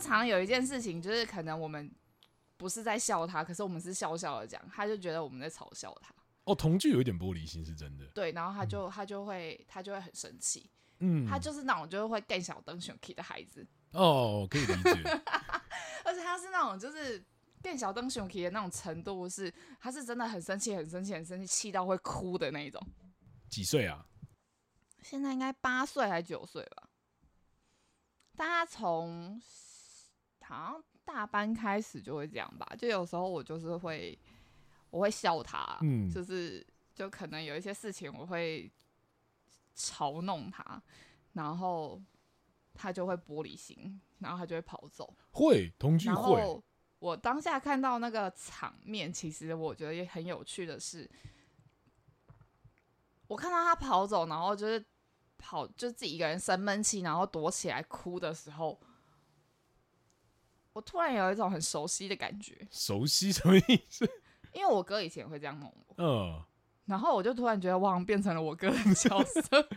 常有一件事情，就是可能我们不是在笑他，可是我们是笑笑的讲，他就觉得我们在嘲笑他。哦，同居有一点玻璃心是真的，对，然后他就、他就会他就会很生气，嗯，他就是那种就会更小灯选 key 的孩子，哦，可以理解，而且他是那种就是变小灯熊 k 的那种程度是，他是真的很生气、很生气、很生气，气到会哭的那一种。几岁啊？现在应该八岁还是九岁吧？但他从好像大班开始就会这样吧，就有时候我就是会我会笑他，嗯就是就可能有一些事情我会嘲弄他，然后他就会玻璃心，然后他就会跑走。会同居然会，后我当下看到那个场面，其实我觉得也很有趣的是，我看到他跑走，然后就是跑，就自己一个人生闷气，然后躲起来哭的时候，我突然有一种很熟悉的感觉，熟悉什么意思？因为我哥以前也会这样弄我，嗯，然后我就突然觉得我好像变成了我哥的角色。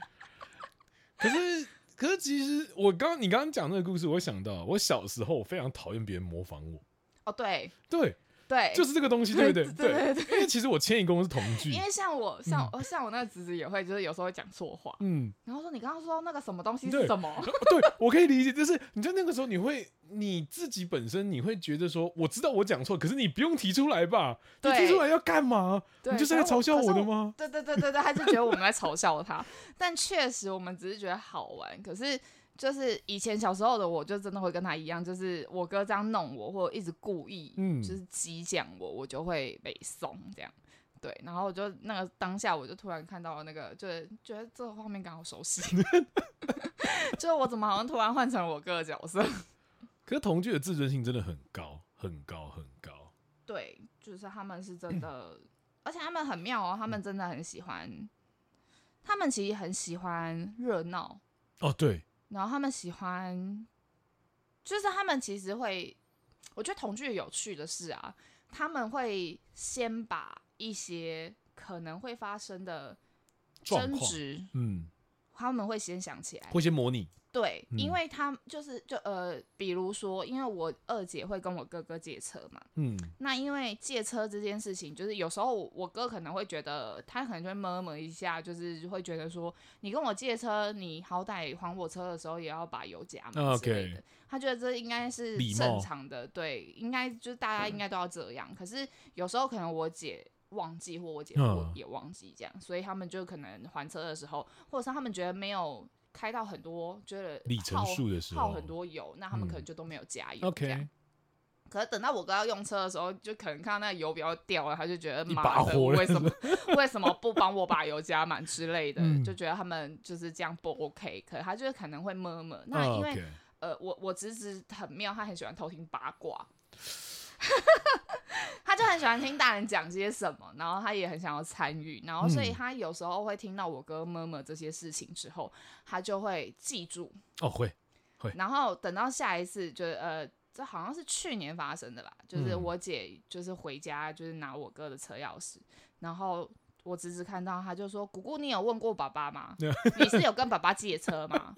可是可是其实我刚你刚刚讲那个故事，我想到我小时候非常讨厌别人模仿我，哦，对对，对，就是这个东西，对不对？哎 对对对，因为其实我前一公是同居，因为像我像、我像我那个侄子也会，就是有时候会讲错话，嗯，然后说你刚刚说那个什么东西对是什么？对，我可以理解，就是你在那个时候，你会你自己本身你会觉得说，我知道我讲错，可是你不用提出来吧？你对提出来要干嘛？ 对你就是在然后嘲笑可是我的吗？对对对对对，他就觉得我们在嘲笑他，但确实我们只是觉得好玩。可是就是以前小时候的我，就真的会跟他一样，就是我哥这样弄我，或者一直故意，嗯就是激将我，我就会被送这样。对，然后我就那个当下，我就突然看到那个，就是觉得这个画面感好熟悉， 就是我怎么好像突然换成了我哥的角色？可是同居的自尊心真的很高，很高，很高。对，就是他们是真的，而且他们很妙哦，他们真的很喜欢，他们其实很喜欢热闹，哦，对，然后他们喜欢，就是他们其实会，我觉得同居有趣的是啊，他们会先把一些可能会发生的状争况执，嗯，他们会先想起来，会先模拟，对，嗯因为他就是就呃，比如说，因为我二姐会跟我哥哥借车嘛，嗯，那因为借车这件事情，就是有时候我我哥可能会觉得，他可能就会摸摸一下，就是会觉得说，你跟我借车，你好歹还我车的时候也要把油加满哦 OK 之类的。他觉得这应该是礼貌正常的，对，应该就是大家应该都要这样。可是有时候可能我姐忘记，或我姐夫嗯也忘记这样，所以他们就可能还车的时候，或者是他们觉得没有开到很多，觉得里程耗数的时耗候很多油，那他们嗯可能就都没有加油。这样。 ，OK，可是等到我哥要用车的时候，就可能看到那个油表掉了，他就觉得一妈把的，火为什么 为什么不帮我把油加满之类的，嗯就觉得他们就是这样不 OK。可他就是可能会摸摸。那哦因为、 ，OK，呃，我我侄子很妙，他很喜欢偷听八 卦。他就很喜欢听大人讲些什么，然后他也很想要参与，然后所以嗯他有时候会听到我哥摸摸这些事情之后，他就会记住，哦，会，对然后等到下一次，就是呃，这好像是去年发生的吧，就是嗯我姐就是回家就是拿我哥的车钥匙，然后我侄子看到他就说：“姑姑，你有问过爸爸 吗？你是有跟爸爸借车吗？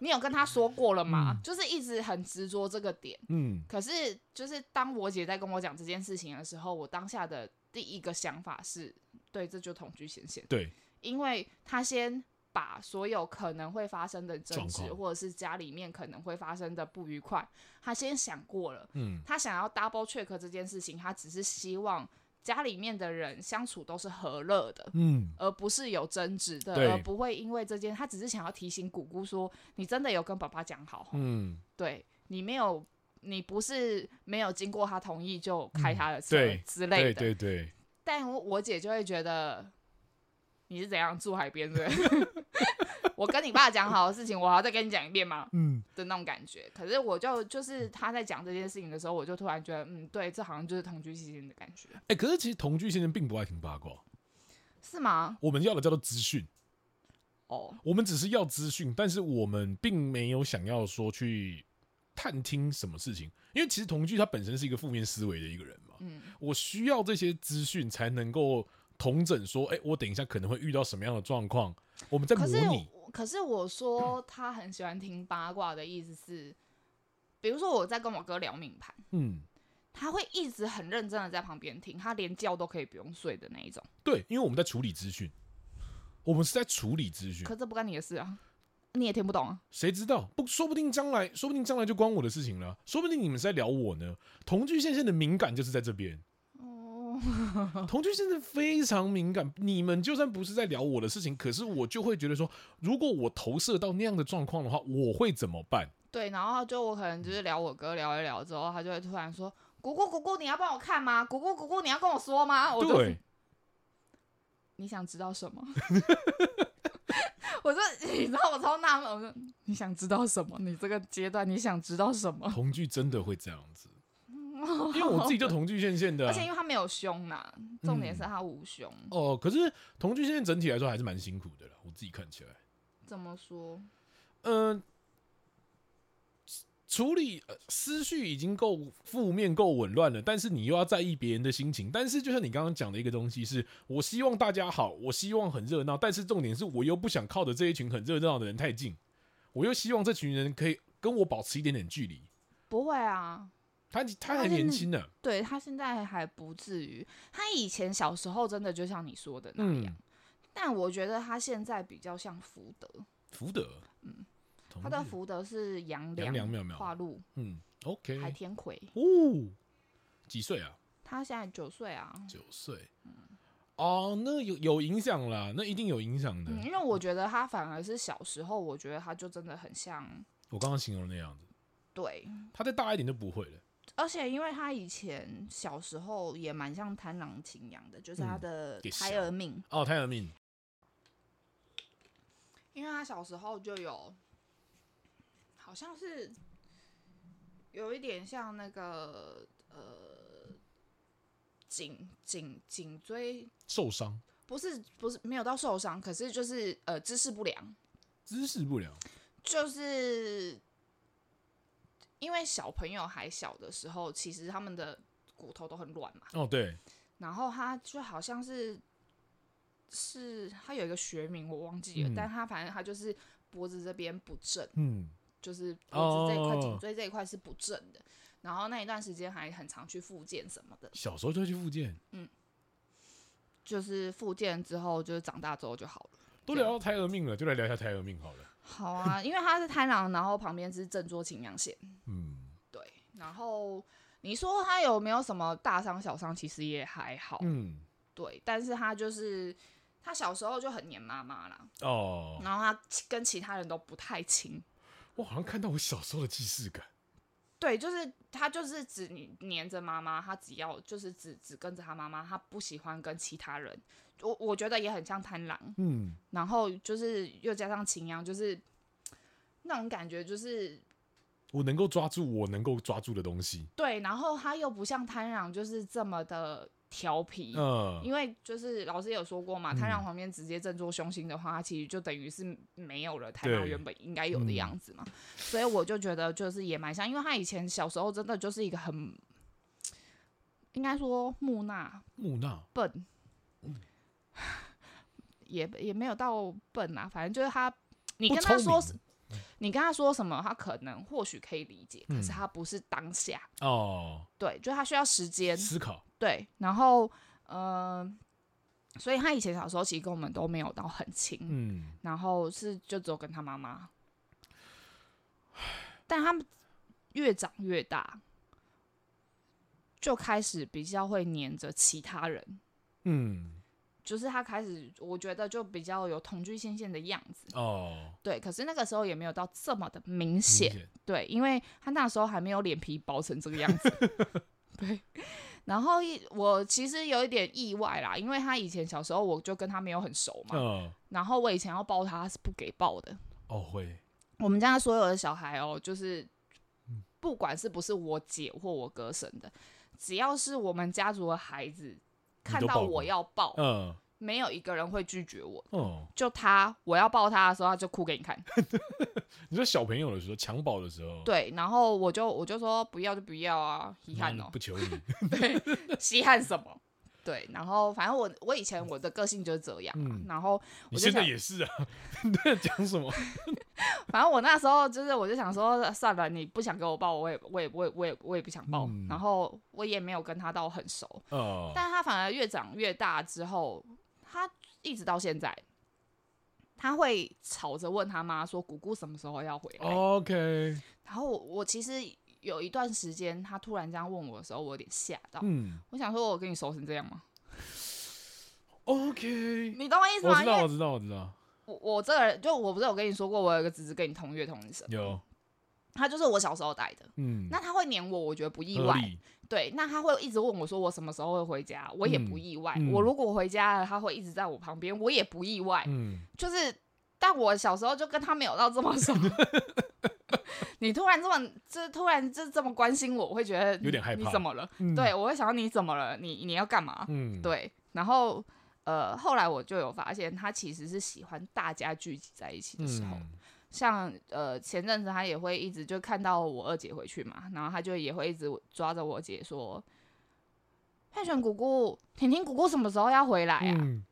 你有跟他说过了吗？”就是一直很执着这个点。嗯，可是，就是当我姐在跟我讲这件事情的时候，我当下的第一个想法是，对，这就同居嫌嫌。对，因为他先把所有可能会发生的争状执，况或者是家里面可能会发生的不愉快，他先想过了。嗯，他想要 double check 这件事情，他只是希望家里面的人相处都是和乐的。嗯，而不是有争执的，对而不会因为这件，他只是想要提醒姑姑说，你真的有跟爸爸讲好，嗯，对你没有，你不是没有经过他同意就开他的车嗯对之类的，对对对，但我我姐就会觉得你是怎样住海边的？ 我跟你爸讲好的事情，我还要再跟你讲一遍吗？嗯，的那种感觉。可是我就就是他在讲这件事情的时候，我就突然觉得，嗯，对，这好像就是同居期间的感觉，哎，可是其实同居先生并不爱听八卦，是吗？我们要的叫做资讯，哦，我们只是要资讯，但是我们并没有想要说去探听什么事情，因为其实同居他本身是一个负面思维的一个人嘛，嗯，我需要这些资讯才能够同整说，哎、我等一下可能会遇到什么样的状况，我们在模可是拟，我可是我说他很喜欢听八卦的意思是，比如说我在跟我哥聊命盘，嗯，他会一直很认真的在旁边听，他连觉都可以不用睡的那一种。对，因为我们在处理资讯，我们是在处理资讯，可这不干你的事啊，你也听不懂啊。谁知道不？说不定将来，说不定将来就关我的事情了，啊说不定你们是在聊我呢。同居现象的敏感就是在这边，哦，同居现象非常敏感。你们就算不是在聊我的事情，可是我就会觉得说，如果我投射到那样的状况的话，我会怎么办？对，然后就我可能就是聊我哥聊一聊之后，他就会突然说：“姑姑姑姑，你要帮我看吗？姑姑姑姑，你要跟我说吗？”我就对哦是，你想知道什么？ 我就 你知道我超纳闷，我说你想知道什么？你这个阶段你想知道什么？同居真的会这样子，因为我自己就同居现象的、而且啊嗯因。为他没有凶呐、重点是他无凶。哦，可是同居现象整体来说还是蛮辛苦的啦，我自己看起来。怎么说？嗯，处理呃思绪已经够负面、够紊乱了，但是你又要在意别人的心情。但是就像你刚刚讲的一个东西是，我希望大家好，我希望很热闹，但是重点是我又不想靠着这一群很热闹的人太近，我又希望这群人可以跟我保持一点点距离。不会啊，他他他还真的年轻呢、对他现在还不至于。他以前小时候真的就像你说的那样，嗯，但我觉得他现在比较像福德，福德，嗯他的福德是杨杨良、良妙妙化禄、嗯海，OK，天魁，哦，几岁啊？他现在九岁啊。九岁，哦，那有有影响啦，那一定有影响的。嗯，因为我觉得他反而是小时候，我觉得他就真的很像我刚刚形容的那样子，对，他再大一点就不会了。而且因为他以前小时候也蛮像贪狼秦羊的，就是他嗯的给胎小儿命，哦，胎儿命，因为他小时候就有，好像是有一点像那个呃颈颈颈椎，受伤，不是不是没有到受伤，可是就是呃姿势不良，姿势不良，就是因为小朋友还小的时候，其实他们的骨头都很软嘛，哦，对，然后他就好像是是他有一个学名我忘记了，嗯但他反正他就是脖子这边不正。嗯，就是脖子这一块、哦颈椎这一块是不正的。然后那一段时间还很常去复健什么的，小时候就会去复健，就是复健之后，就是长大之后就好了。都聊到胎儿命了，就来聊一下胎儿命好了。好 啊，因为他是贪狼，然后旁边是正桌擎羊线，嗯对。然后你说他有没有什么大伤小伤？其实也还好，嗯，对。但是他就是他小时候就很黏妈妈啦，哦，然后他跟其他人都不太亲，我好像看到我小时候的既视感。对，就是他就是只黏着妈妈，他只要就是只只跟着他妈妈，他不喜欢跟其他人。我我觉得也很像贪狼，嗯，然后就是又加上秦阳，就是那种感觉，就是我能够抓住我能够抓住的东西。对，然后他又不像贪狼就是这么的调皮。嗯、因为就是老师也有说过嘛，贪嗯狼旁边直接振作凶星的话，它其实就等于是没有了贪狼对原本应该有的样子嘛。所以我就觉得就是也蛮像，因为他以前小时候真的就是一个很，应该说木讷木讷，笨，也也没有到笨啊，反正就是他，你跟他不聪说明，你跟他说什么，他可能或许可以理解，可是嗯他不是当下，哦，对，就他需要时间，思考，对，然后呃，所以他以前小时候其实跟我们都没有到很亲，嗯，然后是就只有跟他妈妈，但他们越长越大，就开始比较会黏着其他人，嗯，就是他开始我觉得就比较有同居现象的样子，哦，对，可是那个时候也没有到这么的明明显，显，对，因为他那时候还没有脸皮薄成这个样子。 对，然后一我其实有一点意外啦，因为他以前小时候我就跟他没有很熟嘛，嗯，然后我以前要抱他他是不给抱的。哦，会，我们家所有的小孩哦，就是嗯不管是不是我姐或我哥生的，只要是我们家族的孩子看都到抱过我要抱，嗯，没有一个人会拒绝我。哦，就他，我要抱他的时候，他就哭给你看。你说小朋友的时候，襁褓的时候，对，然后我就我就说不要就不要啊，遗妈憾的哦。不求你，稀罕什么？对，然后反正我我以前我的个性就是这样啊、嗯然后你我就现在想也是啊， 你在讲什么？反正我那时候就是我就想说算了，你不想给我报，我也我也我也我也我也不想报、嗯然后我也没有跟他到很熟，哦，但他反而越长越大之后，他一直到现在，他会吵着问他妈说：“姑姑什么时候要回哦来？” OK，然后我我其实有一段时间，他突然这样问我的时候，我有点吓到。嗯我想说，我跟你熟成这样吗？ ，OK，你懂我意思我吗？知因道，为我知道，我知道，我我这个人，就我不是有跟你说过，我有一个侄子跟你同月同日生，有，他就是我小时候带的。嗯，那他会黏我，我觉得不意合外。理，对，那他会一直问我说我什么时候会回家，我也不嗯意外。嗯我如果回家了，他会一直在我旁边，我也不意外。嗯，就是，但我小时候就跟他没有到这么 熟。你突然这么，这突然就这么关心我，我会觉得有点害怕你怎么了？嗯，对，我会想到你怎么了？你你要干嘛？嗯，对，然后呃，后来我就有发现，他其实是喜欢大家聚集在一起的时候，嗯像呃前阵子他也会一直就看到我二姐回去嘛，然后他就也会一直抓着我姐说：“佩璇姑姑，婷婷姑姑什么时候要回来啊？”嗯，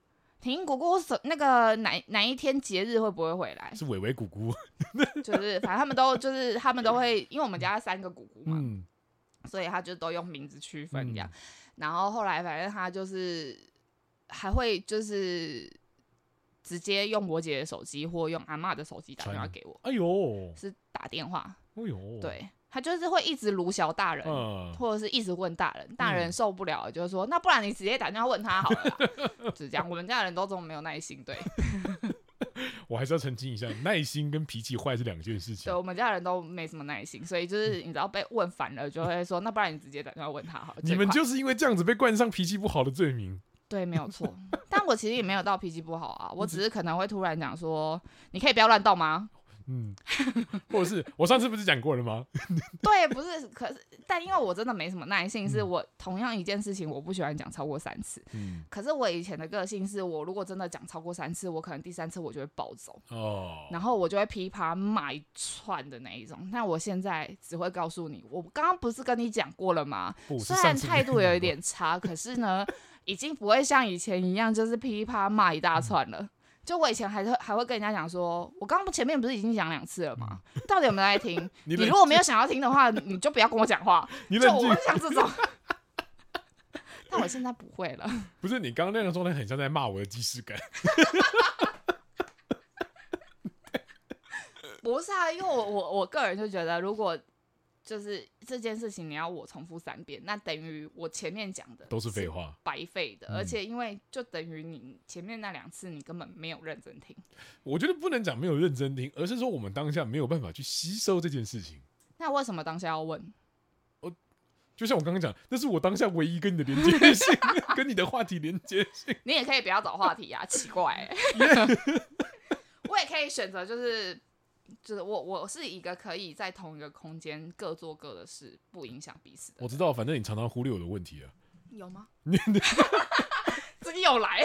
婷婷姑姑什那个哪哪一天节日会不会回来？ 是伟伟姑姑，就是反正他们都就是他们都会，因为我们家三个姑姑嘛，嗯，所以他就都用名字区分这样。然后后来反正他就是还会就是直接用我姐的手机或用阿嬷的手机打电话传给我，哎呦，是打电话。哎呦，，对他就是会一直撸小大人，嗯，或者是一直问大人，大人嗯受不了，就是说，那不然你直接打电话问他好了啦，就是这样。我们家的人都这么没有耐心，对。我还是要澄清一下，耐心跟脾气坏是两件事情对，。我们家人都没什么耐心，所以就是嗯你知道被问烦了，就会说那不然你直接打电话问他好了。你最们快就是因为这样子被冠上脾气不好的罪名。对，没有错。但我其实也没有到脾气不好啊，我只是可能会突然讲说，你可以不要乱动吗？ 嗯，或者是我上次不是讲过了吗？对，不是，可是但因为我真的没什么耐性，是嗯我同样一件事情我不喜欢讲超过三次。嗯，可是我以前的个性是我如果真的讲超过三次，我可能第三次我就会暴走，哦，然后我就会噼啪骂一串的那一种。但我现在只会告诉你，我刚刚不是跟你讲过了吗？不是虽上然次态没度有一点差，可是呢，已经不会像以前一样，就是噼里啪啦骂一嗯大串了。就我以前还是还会跟人家讲说，我刚刚前面不是已经讲两次了吗？到底有没有在听？嗯你你冷如果没有想要听的话，你就不要跟我讲话。 你就冷我静会，像这 种，但我现在不会了。不是你刚刚那样的状态很像在骂我的即视感。 不是啊，因为我我我个人就觉得，如果就是这件事情你要我重复三遍，那等于我前面讲的都是废话，白费的，嗯而且因为就等于你前面那两次你根本没有认真听。我觉得不能讲没有认真听，而是说我们当下没有办法去吸收这件事情。那为什么当下要问？就像我刚刚讲，那是我当下唯一跟你的连接性， 跟你的话题连接性。你也可以不要找话题啊，奇怪欸、 我也可以选择，就是就是我我是一个可以在同一个空间各做各的事，不影响彼此的。我知道，反正你常常忽略我的问题啊。 有吗？ 这个又来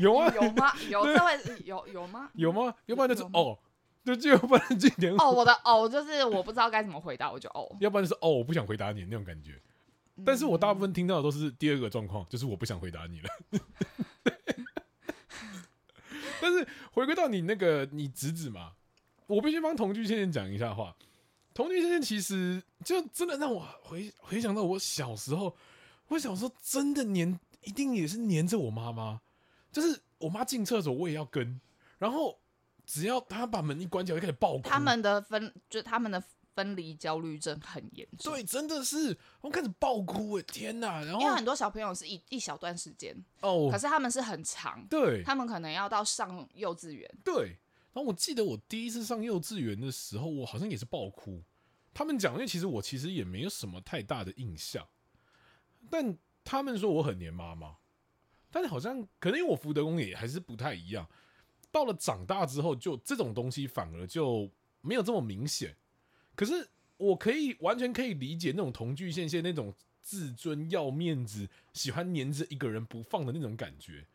有啊，有吗？有这位有有吗？有吗？要不然就是有吗哦，对，就要不然就连哦，我的哦，就是我不知道该怎么回答，我就哦。要不然就是哦，我不想回答你那种感觉。但是我大部分听到的都是第二个状况，就是我不想回答你了。 但是回归到你那个你侄子嘛，我必须帮同居先生讲一下话。同居先生其实就真的让我回回想到我小时候，我小时候真的黏，一定也是黏着我妈妈，就是我妈进厕所我也要跟，然后只要她把门一关起来，我就开始爆哭。嗯他们的分就他们的分离焦虑症很严重，对，真的是我开始爆哭哎，天哪！然后因为很多小朋友是一一小段时间，哦可，是他们是很长，对他们可能要到上幼稚园。对。然后我记得我第一次上幼稚园的时候，我好像也是爆哭。他们讲，因为其实我其实也没有什么太大的印象，但他们说我很黏妈妈，但好像可能因为我福德宫也还是不太一样。到了长大之后就，这种东西反而就没有这么明显。可是我可以完全可以理解那种同居现象，那种自尊要面子、喜欢黏着一个人不放的那种感觉。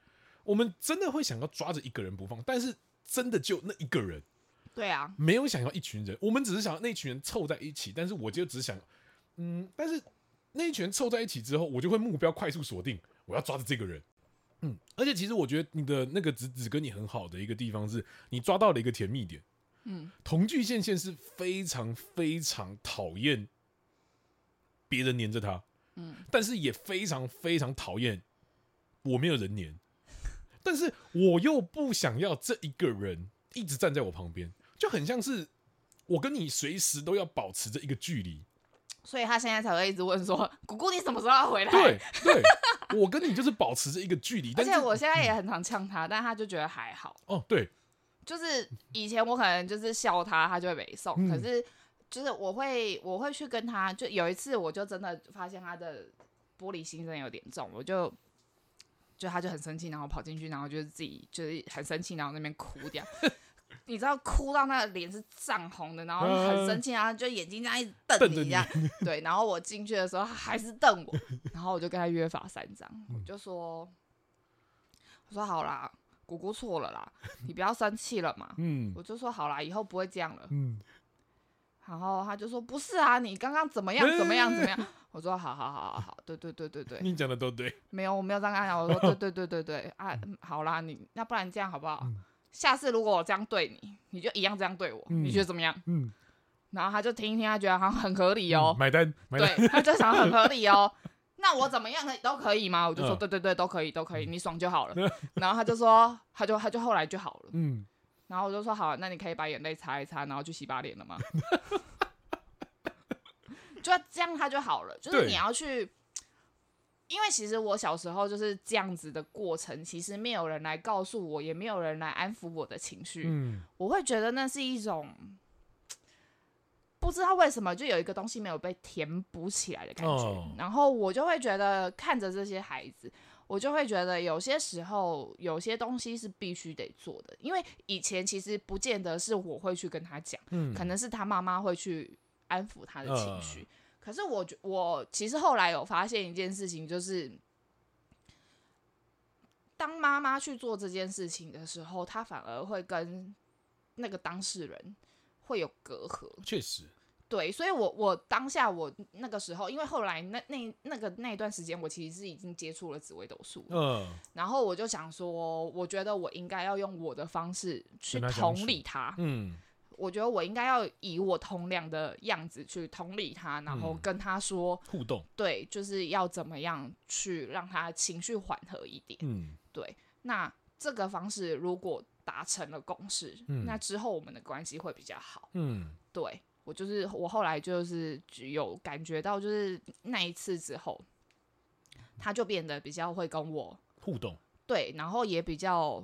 我们真的会想要抓着一个人不放，但是真的就那一个人，对啊，没有想要一群人。我们只是想要那一群人凑在一起，但是我就只想，嗯，但是那一群人凑在一起之后，我就会目标快速锁定，我要抓着这个人。嗯，而且其实我觉得你的那个侄子跟你很好的一个地方是，你抓到了一个甜蜜点。嗯，同居线线是非常非常讨厌别人黏着他，嗯，但是也非常非常讨厌我没有人黏，但是我又不想要这一个人一直站在我旁边，就很像是我跟你随时都要保持着一个距离。所以他现在才会一直问说：“姑姑，你什么时候要回来？”对对，我跟你就是保持着一个距离，而但是且我现在也很常呛他，但他就觉得还好。哦对，就是以前我可能就是笑他，他就会没送，嗯可是就是我会我会去跟他，就有一次我就真的发现他的玻璃心真的有点重，我就。就他就很生气，然后跑进去，然后就是自己就是很生气，然后那边哭掉， 你知道哭到那个脸是涨红的，然后很生气，然后就眼睛这样一直瞪瞪你着这样， 对，然后我进去的时候他还是瞪我，然后我就跟他约法三章，我嗯就说，我说好啦，姑姑错了啦，你不要生气了嘛，嗯我就说好啦，以后不会这样了。嗯，然后他就说不是啊，你刚刚怎么样怎么样怎么样？我说好好好好好，对对对对对，你讲的都对，没有我没有这样跟他讲，我说对对对对对啊，嗯好啦，你那不然这样好不好？嗯下次如果我这样对你，你就一样这样对我，嗯你觉得怎么样？嗯，然后他就听一听，他觉得好像很合理哦，买单买单， 对，他就想很合理哦。那我怎么样可以都可以吗？我就说嗯对对对，都可以，都可以，你爽就好了。 然后他就说，他就他就后来就好了。嗯，然后我就说好，啊那你可以把眼泪擦一擦，然后去洗把脸了吗？ 就这样他就好了，就是对你要去。因为其实我小时候就是这样子的过程，其实没有人来告诉我，也没有人来安抚我的情绪，嗯我会觉得那是一种不知道为什么就有一个东西没有被填补起来的感觉。哦然后我就会觉得看着这些孩子，我就会觉得有些时候有些东西是必须得做的，因为以前其实不见得是我会去跟他讲，嗯，可能是他妈妈会去安抚他的情绪。嗯可是我觉我其实后来有发现一件事情，就是当妈妈去做这件事情的时候，她反而会跟那个当事人会有隔阂。确实，对，所以我我当下我那个时候，因为后来那那那个那一段时间，我其实是已经接触了紫微斗数，嗯然后我就想说，我觉得我应该要用我的方式去跟他相同处理他，嗯我觉得我应该要以我同僚的样子去同理他，然后嗯跟他说，互动，对，就是要怎么样去让他情绪缓和一点。嗯对，那这个方式如果达成了共识，嗯那之后我们的关系会比较好。嗯对我就是我后来就是只有感觉到，就是那一次之后，他就变得比较会跟我互动对，然后也比较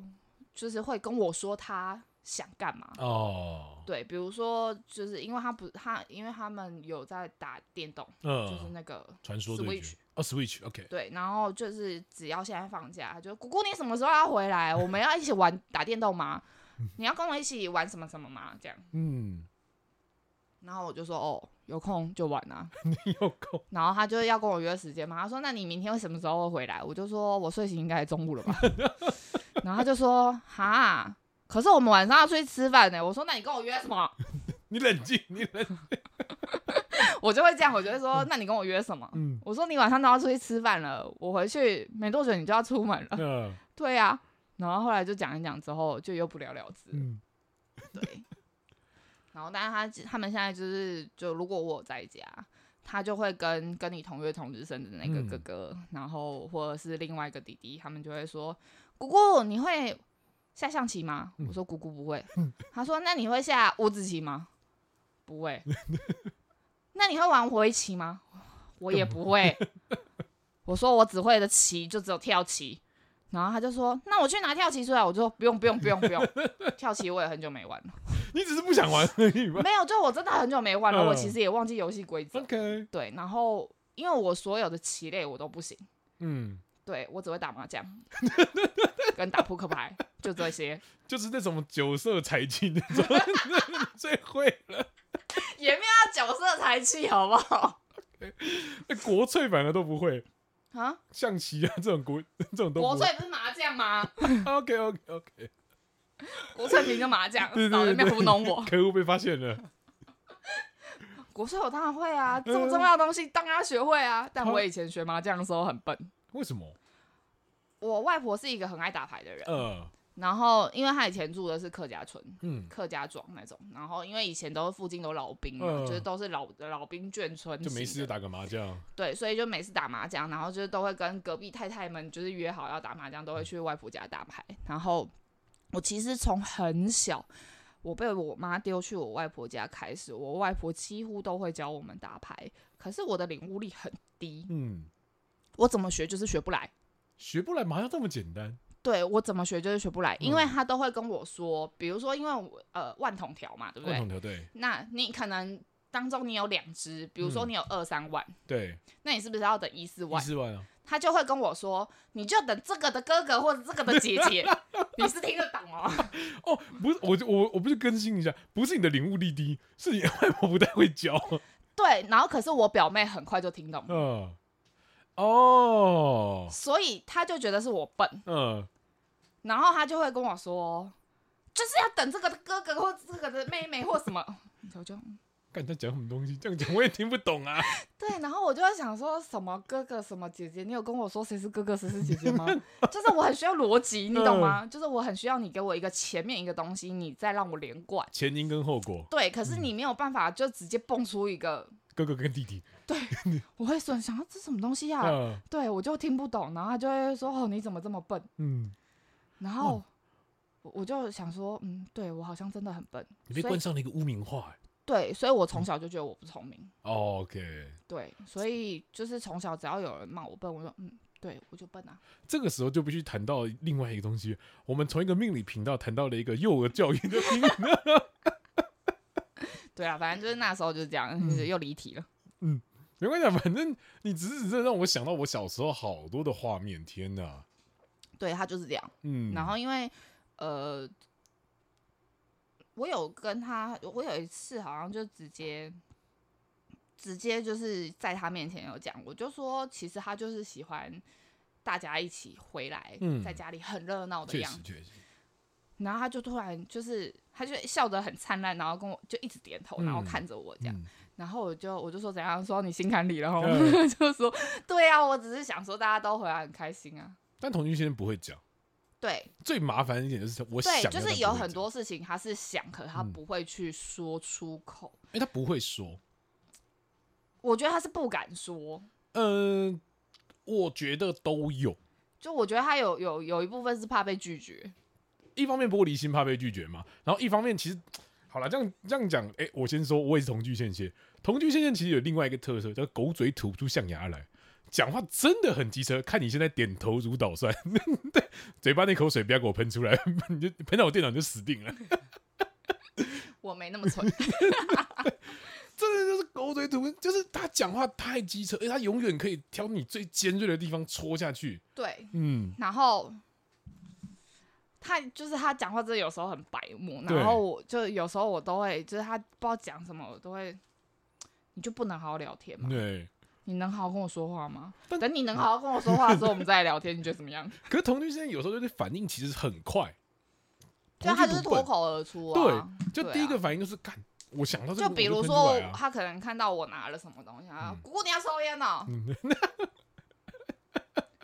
就是会跟我说他想干嘛。哦，对，比如说，就是因为他不，他因为他们有在打电动，就是嗯，那个传说对决 Switch 哦，Switch，OK，对，然后就是只要现在放假，他就姑姑你什么时候要回来？我们要一起玩打电动吗？你要跟我一起玩什么什么吗？这样，嗯，然后我就说哦，有空就玩啊。你有空，然后他就要跟我约时间嘛，他说那你明天会什么时候会回来？我就说我睡醒应该中午了吧。然后他就说哈，可是我们晚上要出去吃饭呢。我说那你跟我约什么？ 你冷静，你冷，我就会这样，我就会说那你跟我约什么？嗯我说你晚上都要出去吃饭了，我回去没多久你就要出门了。 嗯对呀、然后后来就讲一讲之后，就又不了了之。嗯对。然后，但是他他们现在就是，就如果我在家，他就会跟跟你同月同日生的那个嗯哥哥，然后或者是另外一个弟弟，他们就会说：“姑姑，你会下象棋吗？”我说：“姑姑不会。 他说：“那你会下五子棋吗？”不会。 那你会玩围棋吗？我也不会。 我说我只会的棋就只有跳棋，然后他就说：“那我去拿跳棋出来。”我就说：“不用，不用，不用，不用。跳棋我也很久没玩了，你只是不想玩而已吧没有，就我真的很久没玩了，嗯我其实也忘记游戏规则。 ？OK，对，然后因为我所有的棋类我都不行，嗯，对我只会打麻 将跟打扑克牌，就这些，就是那种酒色财气那种， 最会了。也没有角色才气，好不好？那国粹反而都不会，啊，象棋啊这种国 这种都国不会。粹不是麻将吗？ OK OK OK， 国粹平跟麻将， 对少在对那边对，糊弄我。可恶被发现了。国粹我当然会啊，这么重要的东西当然要学会啊。但嗯好我以前学麻将的时候很笨，为什么？我外婆是一个很爱打牌的人，呃，然后因为她以前住的是客家村，嗯，客家庄那种，然后因为以前都是附近都老兵嘛，嗯就是都是老老兵眷村，就没事就，打个麻将，对，所以就每次打麻将，然后就是都会跟隔壁太太们就是约好要打麻将，都会去外婆家打牌。然后我其实从很小，我被我妈丢去我外婆家开始，我外婆几乎都会教我们打牌，可是我的领悟力很低，嗯，我怎么学就是学不来。学不来麻将这么简单，对我怎么学就是学不来，因为嗯他都会跟我说，比如说因为我呃万筒条嘛，对不共对同？条对那你可能当中你有两只，比如说嗯你有二三万，对，那你是不是要等一四一万？四万啊，他就会跟我说，你就等这个的哥哥或者这个的姐 姐，你是听得懂哦？哦，不是，我就我我不是更新一下，不是你的领悟力低，是你外婆不太会教，对，然后可是我表妹很快就听懂了，嗯，哦，所以他就觉得是我笨，嗯，然后他就会跟我说，就是要等这个的哥哥或这个的妹妹或什么， 我就看他讲什么东西，这样讲我也听不懂啊， 对，然后我就在想说什么哥哥什么姐姐，你有跟我说谁是哥哥谁是姐姐吗？就是我很需要逻辑，你懂吗？就是我很需要你给我一个前面一个东西，你再让我连贯。前因跟后果，对，可是你没有办法就直接蹦出一个，哥哥跟弟弟，我会说想要这什么东西 啊？嗯对我就听不懂，然后他就会说哦你怎么这么笨？嗯，然后我我就想说嗯，对我好像真的很笨，你被所以冠上了一个污名化、欸对，所以我从小就觉得我不聪明，哦，OK。对，所以就是从小只要有人骂我笨，我说嗯，对我就笨啊。这个时候就必须谈到另外一个东西，我们从一个命理频道谈到了一个幼儿教育的频道。对啊，反正就是那时候就是这样，嗯又离题了。 没关系啊，反正你只是这让我想到我小时候好多的画面，天哪！对他就是这样。嗯，然后因为呃，我有跟他，我有一次好像就直接直接就是在他面前有讲，我就说其实他就是喜欢大家一起回来，嗯在家里很热闹的确样实子。确实，然后他就突然就是他就笑得很灿烂，然后跟我就一直点头，嗯然后看着我这样。嗯然后我就我就说怎样，说你心坎里了哦，嗯 就说对啊，我只是想说大家都回来很开心啊。但同性先生不会讲，对最麻烦一点就是我想对，要，就是但有不会很讲，多事情他是想，可他嗯不会去说出口。哎、他不会说。我觉得他是不敢说，嗯、我觉得都有，就我觉得他有有有一部分是怕被拒绝。一方面玻璃心怕被拒绝嘛，然后一方面其实好了，这样这样讲，哎、我先说，我也是同居线线，同居线线其实有另外一个特色，叫狗嘴吐出象牙来，讲话真的很机车，看你现在点头如捣蒜， 对，嘴巴那口水不要给我喷出来， 你就喷到我电脑你就死定了，我没那么 蠢，真的就是狗嘴吐，就是他讲话太机车，而且他永远可以挑你最尖锐的地方戳下去，对。嗯，然后他就是他讲话真的有时候很白目，对然后我就有时候我都会，就是他不知道讲什么，我都会，你就不能好好聊天吗？对。你能好好跟我说话吗？但等你能好好跟我说话的时候，我们再来聊天，你觉得怎么 样？可是同居线有时候就是反应其实很快，就啊他就是同脱居不笨口而出啊。就对第一啊个反应就是干、我想到这个，就比如我喷出说来，啊、他可能看到我拿了什么东西啊嗯，姑姑你要抽烟哦，嗯，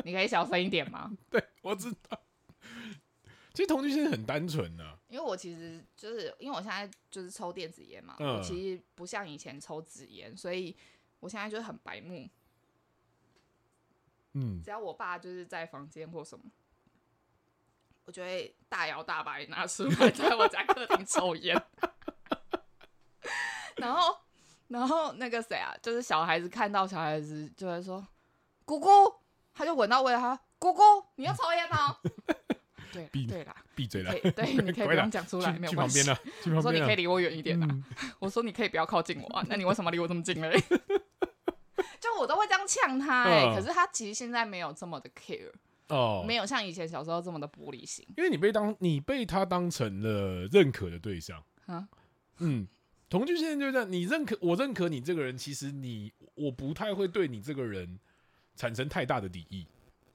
你可以小声一点吗？对， 我知道。其实同居现在很单纯啊呐、因为我其实就是因为我现在就是抽电子烟嘛，嗯我其实不像以前抽纸烟，所以我现在就是很白目。嗯，只要我爸就是在房间或什么，我就会大摇大摆拿出来，在我家客厅抽烟。然后，然后那个谁啊，就是小孩子看到小孩子就会说：“姑姑。”他就闻到味道，他说姑姑，你要抽烟吗？对闭对 啦，闭嘴啦，可以对，你可以不乖啦用讲出来，没去有去关旁系边。啦，去旁我说你边可以啦。离我远一点啦、啊嗯我说你可以不要靠近我啊，那你为什么离我这么近嘞？ 就我都会这样呛他哎、嗯可是他其实现在没有这么的 care，、哦，没有像以前小时候这么的玻璃心。因为你被当你被他当成了认可的对象啊嗯，同居现在就这样，你认可我认可你这个人，其实你我不太会对你这个人产生太大的敌意。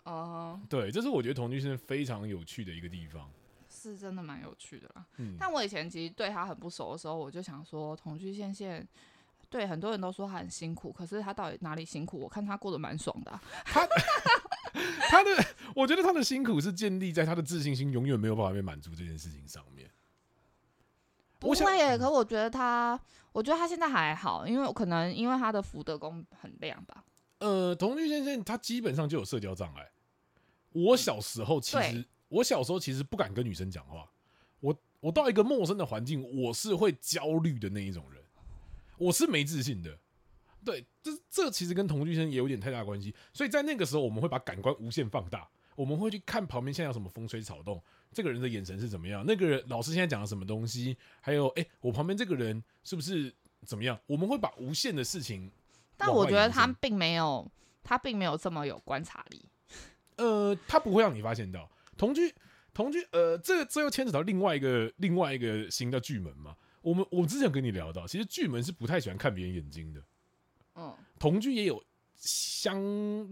哦、对，这是我觉得同居现在非常有趣的一个地方。是真的蛮有趣的啦。嗯，但我以前其实对他很不熟的时候，我就想说，同居线线。对，很多人都说他很辛苦，可是他到底哪里辛苦？我看他过得蛮爽的啊、他的，我觉得他的辛苦是建立在他的自信心永远没有办法被满足这件事情上面。不我想会耶，可我觉得他，我觉得他现在还好，因为我可能因为他的福德宫很亮吧。呃，同居先生他基本上就有社交障碍。我小时候其实对，我小时候其实不敢跟女生讲话。我我到一个陌生的环境，我是会焦虑的那一种人，我是没自信的。对，这这其实跟同居先生也有点太大关系。所以在那个时候，我们会把感官无限放大，我们会去看旁边现在有什么风吹草动，这个人的眼神是怎么样，那个人老师现在讲了什么东西，还有哎、诶我旁边这个人是不是怎么样？我们会把无限的事情但往我外觉得延他伸并没有，他并没有这么有观察力。呃，他不会让你发现到同居同居，呃，这这又牵扯到另外一个另外一个新的巨门嘛。我们我们之前有跟你聊到，其实巨门是不太喜欢看别人眼睛的，嗯，同居也有相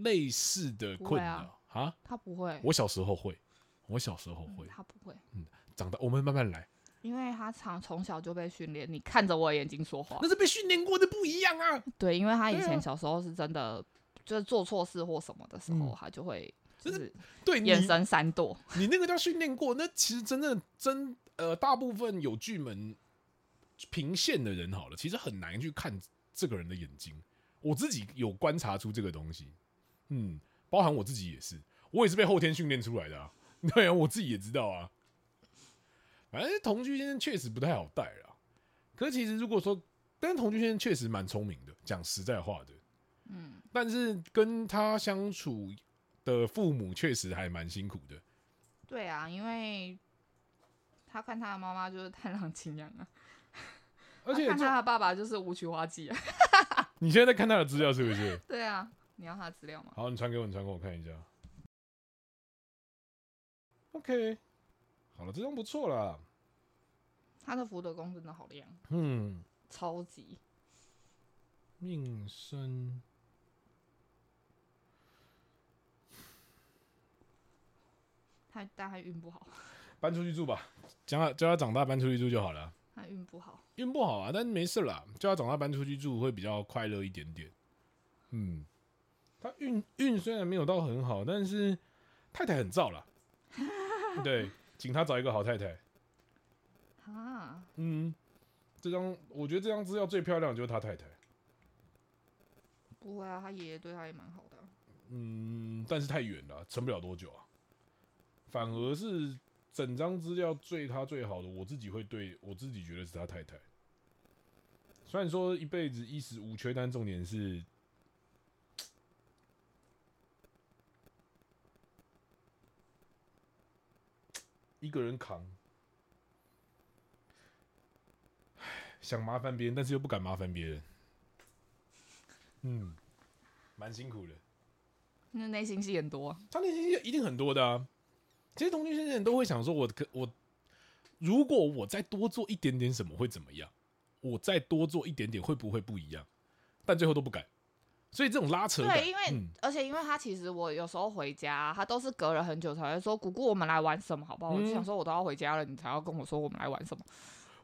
类似的困扰啊他不会，我小时候会，我小时候嗯会，他不会，长大我们慢慢来，因为他常从小就被训练，你看着我的眼睛说话。那是被训练过的不一样啊。对，因为他以对啊前小时候是真的，就是做错事或什么的时候，嗯他就会就就是是对，你眼神闪躲。你那个叫训练过，那其实真正真呃，大部分有巨门平线的人好了，其实很难去看这个人的眼睛。我自己有观察出这个东西，嗯，包含我自己也是，我也是被后天训练出来的啊。 对啊，我自己也知道啊。反正同居先生确实不太好带啊。可是其实如果说，但是同居先生确实蛮聪明的，讲实在话的，嗯。但是跟他相处的父母确实还蛮辛苦的。对啊，因为他看他的妈妈就是太郎清扬啊，而且他看就他的爸爸就是武曲花季啊。 你现在在看他的资料是不是？ 对啊，你要他的资料吗？好，你传给我，你传给我看一下。OK，好了，这张不错啦。他的福德宫真的好亮，嗯，超级。命生他但他运不好，搬出去住吧，叫他叫他长大搬出去住就好了。他运不好。运不好啊，但没事啦，叫他长大搬出去住会比较快乐一点点。嗯，他运运虽然没有到很好，但是太太很燥啦。 对，请他找一个好太太。啊，嗯，这张我觉得这张资料最漂亮的就是他太太。不会啊，他爷爷对他也蛮好的啊、嗯，但是太远了，撑不了多久啊。反而是整张资料最他最好的，我自己会对我自己觉得是他太太。虽然说一辈子衣食无缺，但重点是，一个人扛。唉想麻烦别人，但是又不敢麻烦别人，嗯，蛮辛苦的。那内心戏很多啊、他内心戏一定很多的啊。其实同居先生都会想说我，可我如果我再多做一点点什么会怎么样？我再多做一点点会不会不一样？但最后都不敢，所以这种拉扯感，对，因为、嗯而且因为他其实我有时候回家，他都是隔了很久才会说：“姑姑，我们来玩什么，好不好？”我嗯就想说，我都要回家了，你才要跟我说我们来玩什么，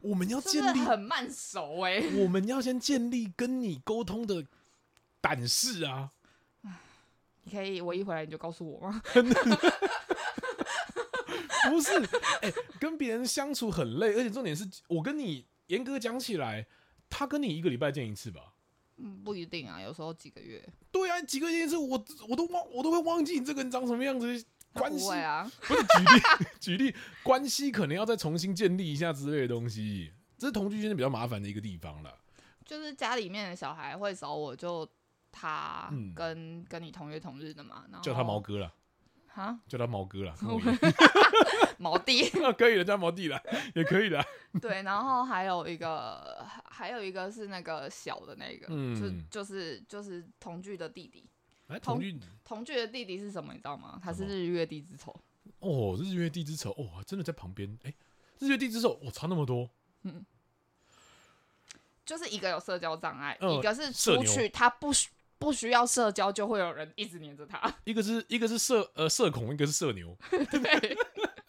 我们要真建的立，很慢熟哎、我们要先建立跟你沟通的胆识啊。 你可以，我一回来你就告诉我吗？ 不是， 哎、跟别人相处很累，而且重点是我跟你严格讲起来，他跟你一个礼拜见一次吧。嗯，不一定啊，有时候几个月。对啊，几个月一次，我我都忘，我都会忘记你这个人长什么样子，他关不系会啊，不是举例举例，关系可能要再重新建立一下之类的东西，这是同居圈比较麻烦的一个地方了。就是家里面的小孩会找我，就他嗯跟、跟你同月同日的嘛，然后叫他毛哥啦，哈叫他毛哥啦，哦 毛 弟，可以了，叫毛弟啦，也可以啦。对，然后还有一个，还有一个是那个小的那个，嗯就就是就是同居的弟弟。哎，同同居同居的弟弟是什么？你知道吗？他是什么日月地之仇。哦，日月地之仇哦，真的在旁边。哎，日月地之仇，哦，差那么多，就是一个有社交障碍，嗯一个是社出牛去他不需不需要社交，就会有人一直黏着他。 一个是一个是社呃社恐，一个是社牛，对，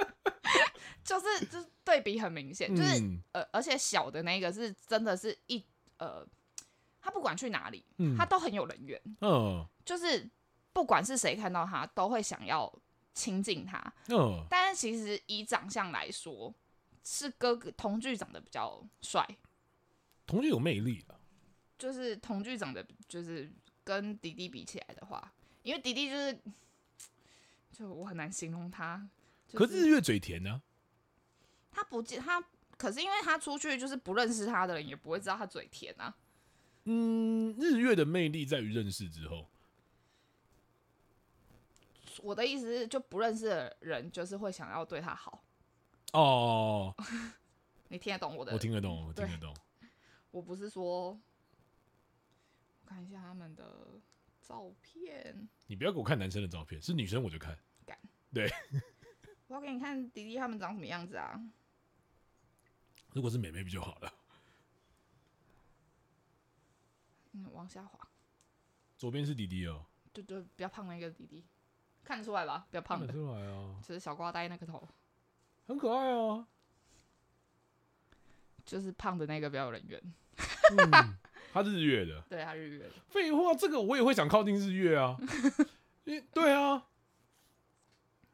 就是就是对比很明显，就是、嗯呃，而且小的那个是真的是一呃，他不管去哪里，嗯他都很有人缘，嗯就是不管是谁看到他，都会想要亲近他。嗯，但是其实以长相来说，是哥哥同剧长得比较帅，同学有魅力的，就是同剧长得就是跟迪迪比起来的话，因为迪迪就是，就我很难形容他。就可是日月嘴甜啊呢、他不见他，可是因为他出去就是不认识他的人也不会知道他嘴甜啊。嗯，日月的魅力在于认识之后，我的意思是，就不认识的人就是会想要对他好，哦，你听得懂我的？我听得懂，我听对得懂。我不是说，我看一下他们的照片，你不要给我看男生的照片，是女生我就看。我要给你看迪迪他们长什么样子啊？如果是美眉不就好了？嗯，往下滑，左边是弟弟哦，对对，比较胖那个迪迪，看得出来吧？比较胖看得的，出来哦，就是小瓜呆那个头，很可爱哦。就是胖的那个比较有人缘，嗯，他日月的，对他日月的，废话，这个我也会想靠近日月啊， 因为对啊，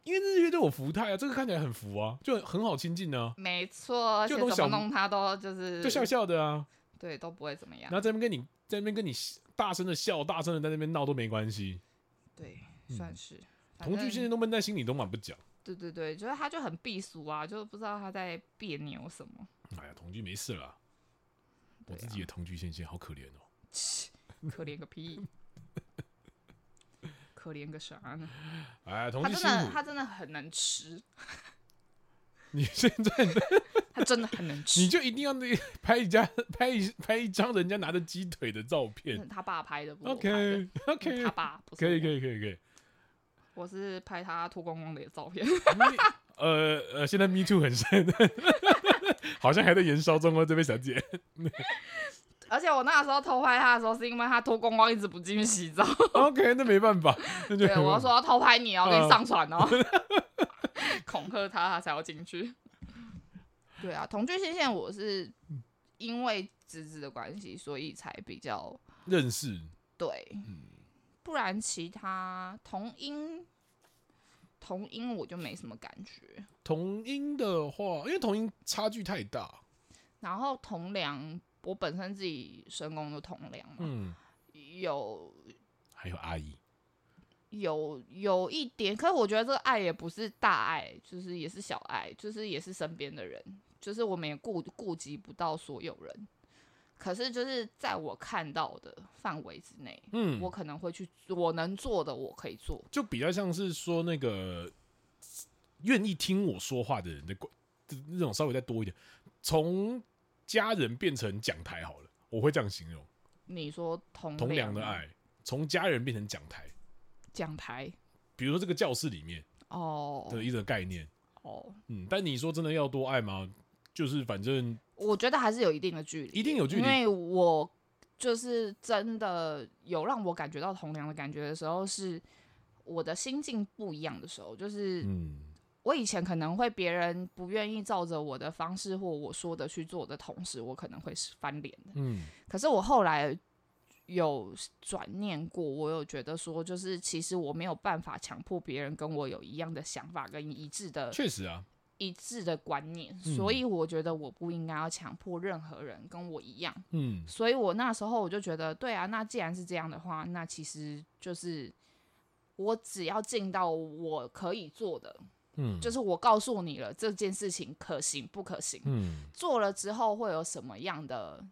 因为日月对我福态啊，这个看起来很福啊，就很很好亲近啊， 没错，而且怎就那种小么弄他都就是就笑笑的啊，对都不会怎么样然，后在那边跟你在那边跟你大声的笑，大声的在那边闹都没关系。对，嗯算是反同居正现在都闷在心里，都蛮不讲。对对对，就是他就很避俗啊，就不知道他在别扭什么。哎呀，同居没事啦，我对自啊己的同居现现好可怜哦。可怜个屁，可怜个啥呢？哎，同他居真辛的，苦。他真的很能吃，你现在他真的很能你吃。就一定要那 拍一家拍一拍一张人家拿着鸡腿的照片。是他爸拍的，不是嗯我拍的。 OK 是 OK，他爸不是可以我可以可以可以。我是拍他脱光光的照片。你 呃呃，现在 Me Too 很深， 好像还在燃烧中哦，这位 小姐。而且我那时候偷拍他的时候，是因为他脱光光一直不进去洗澡。 OK，那没办法，那就对，啊没我办要法说要偷拍你哦，我给嗯你上传哦， 恐吓他，他才要进去。对啊，同居线线我是因为侄子的关系，所以才比较 认识。对，不然其他同音同音我就没什么感觉。同音的话，因为同音差距太大，然后同梁，我本身自己身宫就同梁嘛，嗯，有还有阿姨，有有一点，可是我觉得这个爱也不是大爱，就是也是小爱，就是也是身边的人，就是我们也顾顾及不到所有人。可是就是在我看到的范围之内，嗯，我可能会去我能做的我可以做，就比较像是说那个愿意听我说话的人的关的那种稍微再多一点，从家人变成讲台好了，我会这样形容你说同同梁梁的吗爱，从家人变成讲台。讲台比如说这个教室里面哦的一种概念，哦，嗯，但你说真的要多爱吗？就是反正我觉得还是有一定的距离，一定有距离因为我就是真的有让我感觉到同梁的感觉的时候，是我的心境不一样的时候，就是嗯，我以前可能会别人不愿意照着我的方式或我说的去做的同时，我可能会是翻脸的。嗯可是我后来有转念过，我有觉得说，就是其实我没有办法强迫别人跟我有一样的想法跟一致的确实啊，一致的观念，嗯所以我觉得我不应该要强迫任何人跟我一样。嗯，所以我那时候我就觉得，对啊，那既然是这样的话，那其实就是我只要尽到我可以做的，嗯就是我告诉你了这件事情可行不可行，嗯做了之后会有什么样的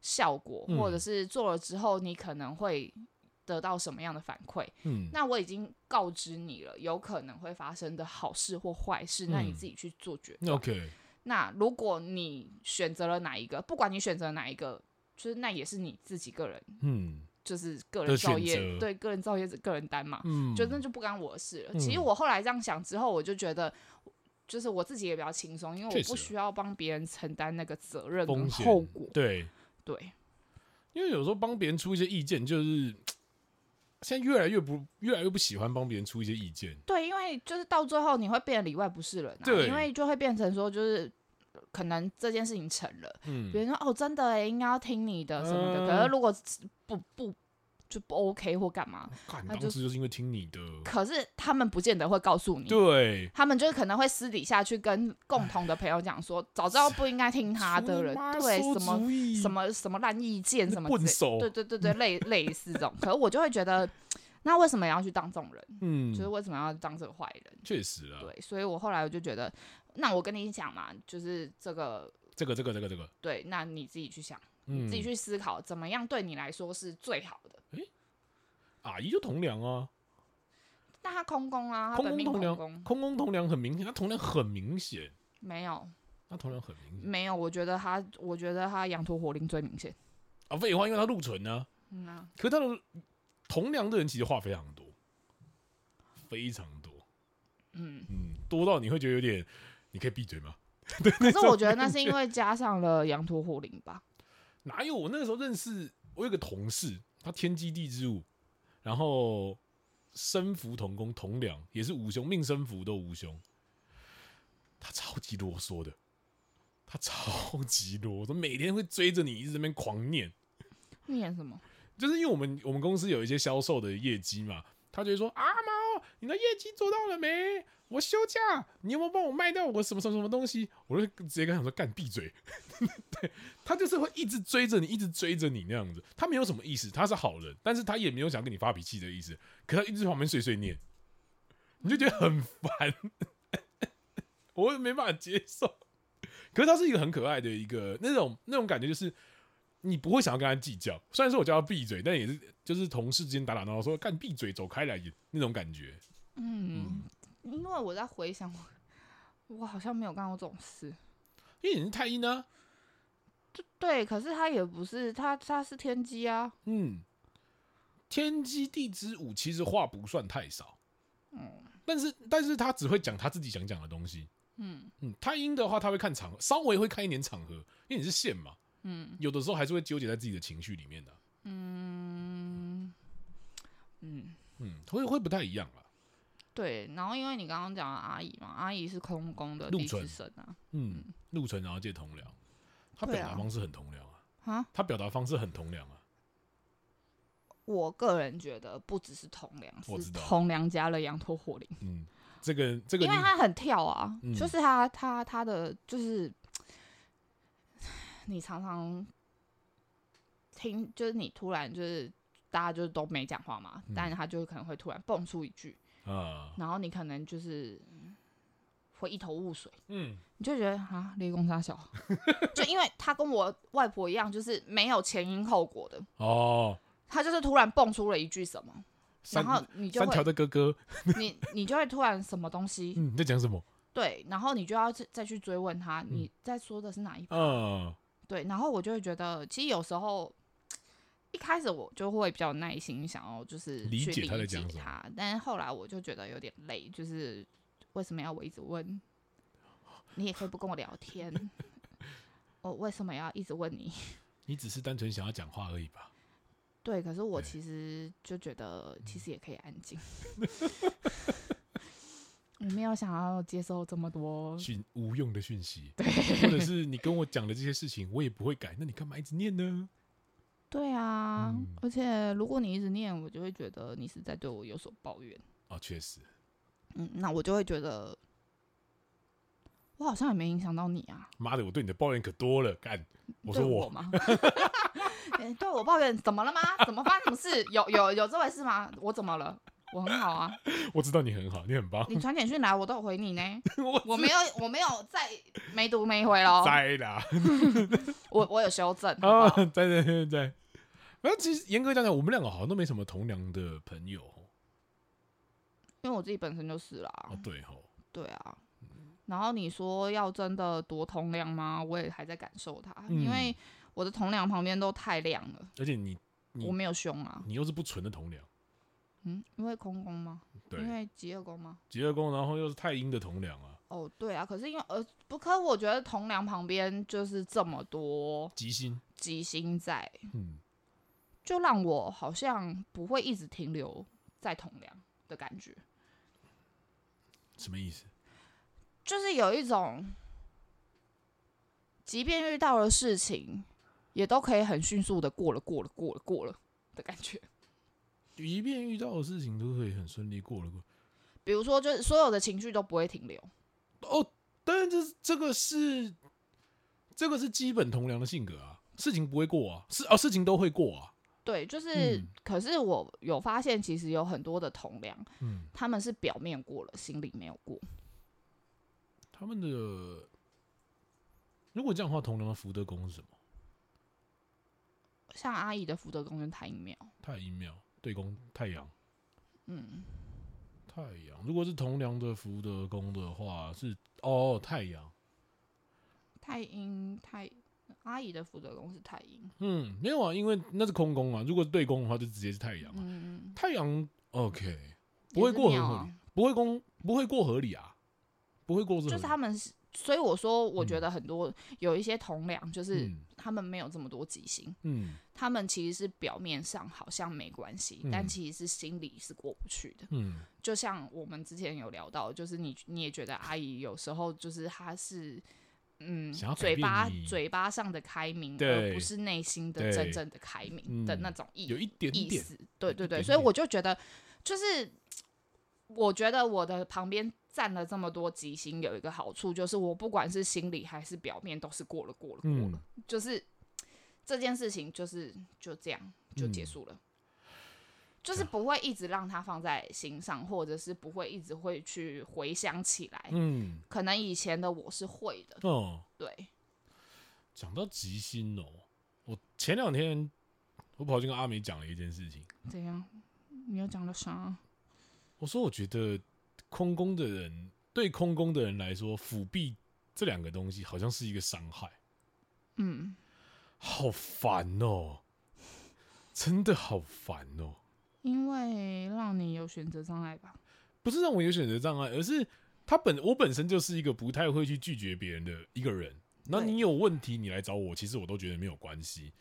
效果，嗯或者是做了之后你可能会得到什么样的反馈。嗯，那我已经告知你了，有可能会发生的好事或坏事，那你嗯自己去做决那定。 OK，那如果你选择了哪一个，不管你选择哪一个，就是那也是你自己个人，嗯就是个的人造选业，择对个人造业是个人单嘛，嗯，就那就不干我的事了。其实嗯我后来这样想之后，我就觉得。就是我自己也比较轻松，因为确我实不需要帮别人承担那个责任风跟险后果。对，对，因为有时候帮别人出一些意见，就是现在越来越不越来越不喜欢帮别人出一些意见。对，因为就是到最后你会变得里外不是人、啊，对因为就会变成说，就是呃可能这件事情成了，嗯欸别人说哦，真的哎，应该要听你的什么的。嗯可是如果不不就不 OK 或干嘛。干，他当就时就是因为听你的，可是他们不见得会告诉你，对，他们就是可能会私底下去跟共同的朋友讲说，早知道不应该听他 的了，对什么么什么什么烂意见什么之笨类手，嗯对对对对，类类似这种。可是我就会觉得，那为什么要去当这种人？就是嗯，为什么要当这个坏人？确实啊，对，所以我后来我就觉得，那我跟你讲嘛，就是这个这个这个这个这个，对，那你自己去想，嗯，自己去思考，怎么样对你来说是最好的。阿姨就同僚啊，但他空宫啊，他空本空命同空僚，宫空空同僚很明显，他同僚很明显，没有他同僚很明显没有，我觉得他，我觉得他羊驼火灵最明显。啊，废话，因为他入存啊，嗯啊，可是他的同僚的人其实话非常多，非常多，嗯，嗯，多到你会觉得有点，你可以闭嘴吗？ 可是我觉得那是因为加上了羊驼火灵吧。哪有？我那个时候认识我有个同事，他天机地之物，然后身服同工同梁，也是无兄命身服都无兄，他超级啰嗦的，他超级啰嗦，每天会追着你一直在那边狂念，念什么？就是因为我们我们公司有一些销售的业绩嘛，他就会说啊猫，你的业绩做到了没？我休假，你有没有帮我卖掉我什么什么什么东西？我就直接跟他讲说干闭嘴， 对他就是会一直追着你，一直追着你那样子，他没有什么意思，他是好人，但是他也没有想跟你发脾气的意思，可他一直在旁边碎碎念，你就觉得很烦， 我也没办法接受。可是他是一个很可爱的一个那种那种感觉，就是你不会想要跟他计较。虽然说我叫他闭嘴，但也是就是同事之间打打闹闹说干闭嘴走开来也那种感觉。嗯，因为我在回想，我我好像没有干过这种事。因为你是太阴啊，就对，可是他也不是他，他是天机啊。嗯，天机地支舞其实话不算太少，嗯，但是但是他只会讲他自己想讲的东西。嗯嗯，太阴的话他会看场合，稍微会看一点场合，因为你是线嘛，嗯有的时候还是会纠结在自己的情绪里面的、啊嗯嗯，嗯，会会不太一样啦。对。然后因为你刚刚讲的阿姨嘛，阿姨是空宫的陆地支准神啊。嗯，陆晨然后借同僚，他对表达啊方式很同僚啊，啊，他表达方式很同僚啊，我个人觉得不只是同梁，我知是道同梁加了羊驼火灵，嗯，这个这个因你为他很跳啊，嗯就是他他他的就是，你常常听，就是你突然就是大家就是都没讲话嘛，嗯但是他就可能会突然蹦出一句，啊，然后你可能就是嗯会一头雾水，嗯，你就觉得啊，雷公杀小， 就因为他跟我外婆一样，就是没有前因后果的，哦，他就是突然蹦出了一句什么，三然后你就三条会的哥哥，你你就会突然什么东西，嗯，你在讲什么？对，然后你就要再再去追问他，你在说的是哪一趴嗯，对，然后我就会觉得，其实有时候一开始我就会比较有耐心，想要就是理去解他在理讲解什么他，但是后来我就觉得有点累，就是为什么要我一直问？你也可以不跟我聊 天，我为什么要一直问你？ 你只是单纯想要讲话而已吧？对，可是我对嗯其实就觉得，其实也可以安静。 我没有想要接受这么多，讯无用的讯息，或者是你跟我讲的这些事情，我也不会改，那你干嘛一直念呢？对啊，嗯而且如果你一直念，我就会觉得你是在对我有所抱怨。哦，确实，嗯，那我就会觉得，我好像也没影响到你啊。妈的，我对你的抱怨可多了，干，我说对我我吗？ 诶对我抱怨怎么了吗？怎么发生什么事？有有有这回事吗？我怎么了？我很好啊，我知道你很好，你很棒，你传简讯来，我都有回你呢。 我我没有，我没有再没读没回喽。栽 啦，我我有修正，好啊 不好，在在在在。然后其实严格讲讲，我们两个好像都没什么同僚的朋友哦。因为我自己本身就是啦，哦，对哦，对啊。然后你说要真的多同量吗？我也还在感受它，嗯因为我的同量旁边都太亮了，而且你你我没有凶啊，你又是不纯的同僚，嗯，因为空宫吗？对，因为极恶宫吗？极恶宫，然后又是太阴的同僚啊，哦，对啊，可是因为呃，不，可我觉得同梁旁边就是这么多吉星，吉星在，嗯，就让我好像不会一直停留在同梁的感觉，什么意思？就是有一种，即便遇到了事情，也都可以很迅速的过了，过了，过了，过了的感觉。即便遇到的事情都可以很顺利过了过。比如说，就是所有的情绪都不会停留。哦，但是这这个是这个是基本同良的性格啊，事情不会过啊，事哦事情都会过啊，对，就是，嗯可是我有发现，其实有很多的同僚，嗯，他们是表面过了，心里没有过。他们的如果这样的话，同良的福德宫是什么？像阿姨的福德公园台阴庙，太阴庙对宫太阳。嗯，太阳，如果是同梁的福德宫的话，是哦太阳，太阴太阿姨的福德宫是太阴，嗯，没有啊，因为那是空宫啊。如果是对宫的话，就直接是太阳、啊。嗯，太阳 OK，不也会是过很庙合啊理，不会宫不会过合理啊，不会过合理就是他们是，所以我说，我觉嗯得很多、有一些同僚，就是嗯他们没有这么多忌心，嗯他们其实是表面上好像没关系，嗯但其实是心里是过不去的。嗯就像我们之前有聊到，就是你你也觉得阿姨有时候就是她是。嗯想要，改嘴变巴你嘴巴上的开明，对而不是内心的对真正的开明的嗯那种意有一点意点，思。对对对，点所以点我就觉得，就是我觉得我的旁边站了这么多吉星，有一个好处就是，我不管是心里还是表面，都是过了过了过嗯了，，就是这件事情就是就这样就结嗯束了。就是不会一直让它放在心上，或者是不会一直会去回想起来。嗯可能以前的我是会的，哦，对，讲到吉星哦，我前两天我跑去跟阿美讲了一件事情，怎样？你又讲了啥？我说我觉得空宫的人对空宫的人来说，辅币这两个东西好像是一个伤害。嗯，好烦哦，真的好烦哦！因为让你有选择障碍吧。不是让我有选择障碍，而是他本我本身就是一个不太会去拒绝别人的一个人。那对你有问题你来找我，其实我都觉得没有关系。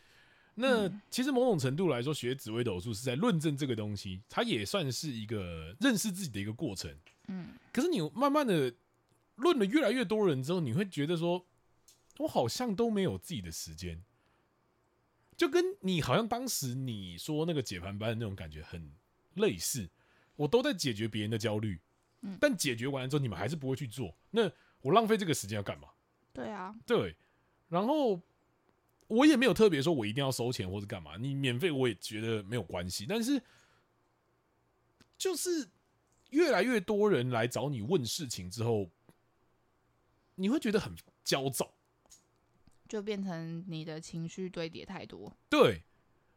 那其实某种程度来说，学紫微斗数是在论证这个东西，它也算是一个认识自己的一个过程。嗯，可是你慢慢的论了越来越多人之后，你会觉得说，我好像都没有自己的时间，就跟你好像当时你说那个解盘班的那种感觉很类似，我都在解决别人的焦虑，嗯但解决完了之后你们还是不会去做，那我浪费这个时间要干嘛？对啊，对，然后我也没有特别说我一定要收钱或是干嘛，你免费我也觉得没有关系，但是就是越来越多人来找你问事情之后，你会觉得很焦躁。就变成你的情绪堆叠太多。对，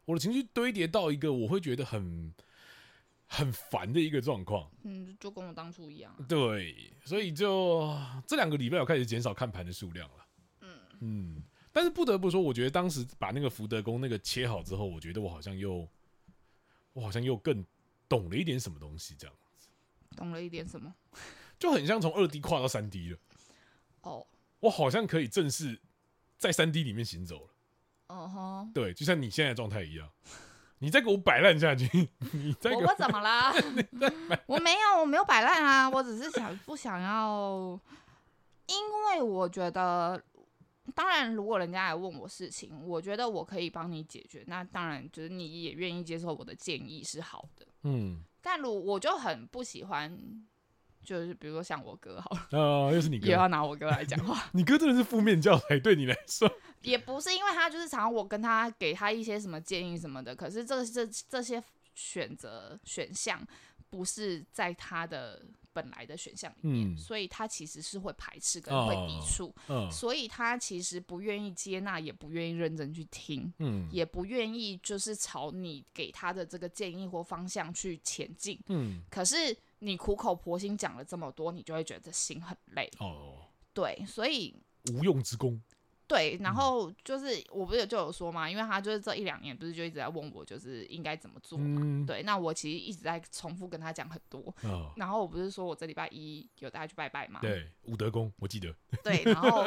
我的情绪堆叠到一个我会觉得很很烦的一个状况。嗯，就跟我当初一样、嗯啊。对，所以就这两个礼拜我开始减少看盘的数量了。嗯但是不得不说，我觉得当时把那个福德宫那个切好之后，我觉得我好像又，我好像又更懂了一点什么东西，这样懂了一点什么？就很像从二 D 跨到三 D 了。哦，我好像可以正式在三 D 里面行走了。嗯哼，对，就像你现在的状态一样，你再给我摆烂下去， 你再给我我我怎么 啦？我没有，我没有摆烂啊，我只是想不想要，因为我觉得。当然，如果人家来问我事情，我觉得我可以帮你解决。那当然，就是你也愿意接受我的建议是好的。嗯但如我就很不喜欢，就是比如说像我哥好了，啊、又是你也哥，要拿我哥来讲话。你哥真的是负面教材对你来说。也不是因为他就是常常我跟他给他一些什么建议什么的，可是这这这些选择选项不是在他的本来的选项里面，嗯所以他其实是会排斥跟哦会抵触，嗯所以他其实不愿意接纳，也不愿意认真去听，嗯也不愿意就是朝你给他的这个建议或方向去前进。嗯可是你苦口婆心讲了这么多，你就会觉得心很累，哦，对，所以无用之功。对，嗯然后就是我不是有就有说嘛，因为他就是这一两年不是就一直在问我，就是应该怎么做嘛。嗯，对，那我其实一直在重复跟他讲很多。啊，然后我不是说我这礼拜一有带他去拜拜嘛？对，武德宫，我记得，对然后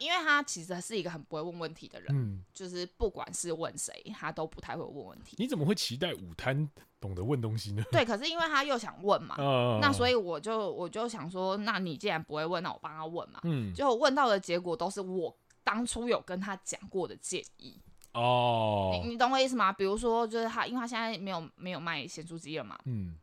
因为他其实是一个很不会问问题的人，嗯，就是不管是问谁，他都不太会问问题。你怎么会期待武贪懂得问东西 呢？对，可是因为他又想问嘛，啊，那所以，以我就我就想说，那你既然不会问，那我帮他问嘛。嗯，结果问到的结果都是我当初有跟他讲过的建议。哦你，你懂我意思吗？比如说，就是他，因为他现在没有没有卖咸酥鸡了嘛，嗯，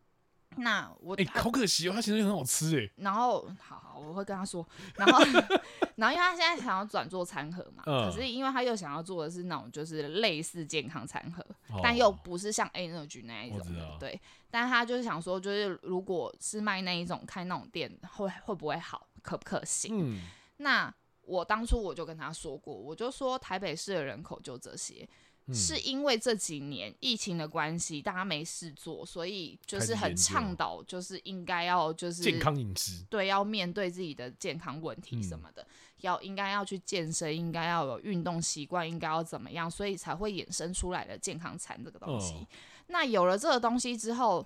那我、哎、他好可惜哦，它其实很好吃哎，然后好好，我会跟他说，然后 然后因为他现在想要转做餐盒嘛，嗯可是因为他又想要做的是那种就是类似健康餐盒，哦 但又不是像 Energy 那一我种知的道，对，但他就是想说，就是如果是卖那一种开那种店，会会不会好，可不可行？嗯，那我当初我就跟他说过，我就说台北市的人口就这些，嗯是因为这几年疫情的关系，大家没事做，所以就开始是很研究倡导，就是应该要就是健康饮食，对，要面对自己的健康问题什嗯么的，要应该要去健身，应该要有运动习惯，应该要怎么样，所以才会衍生出来的健康餐这个东西。哦那有了这个东西之后，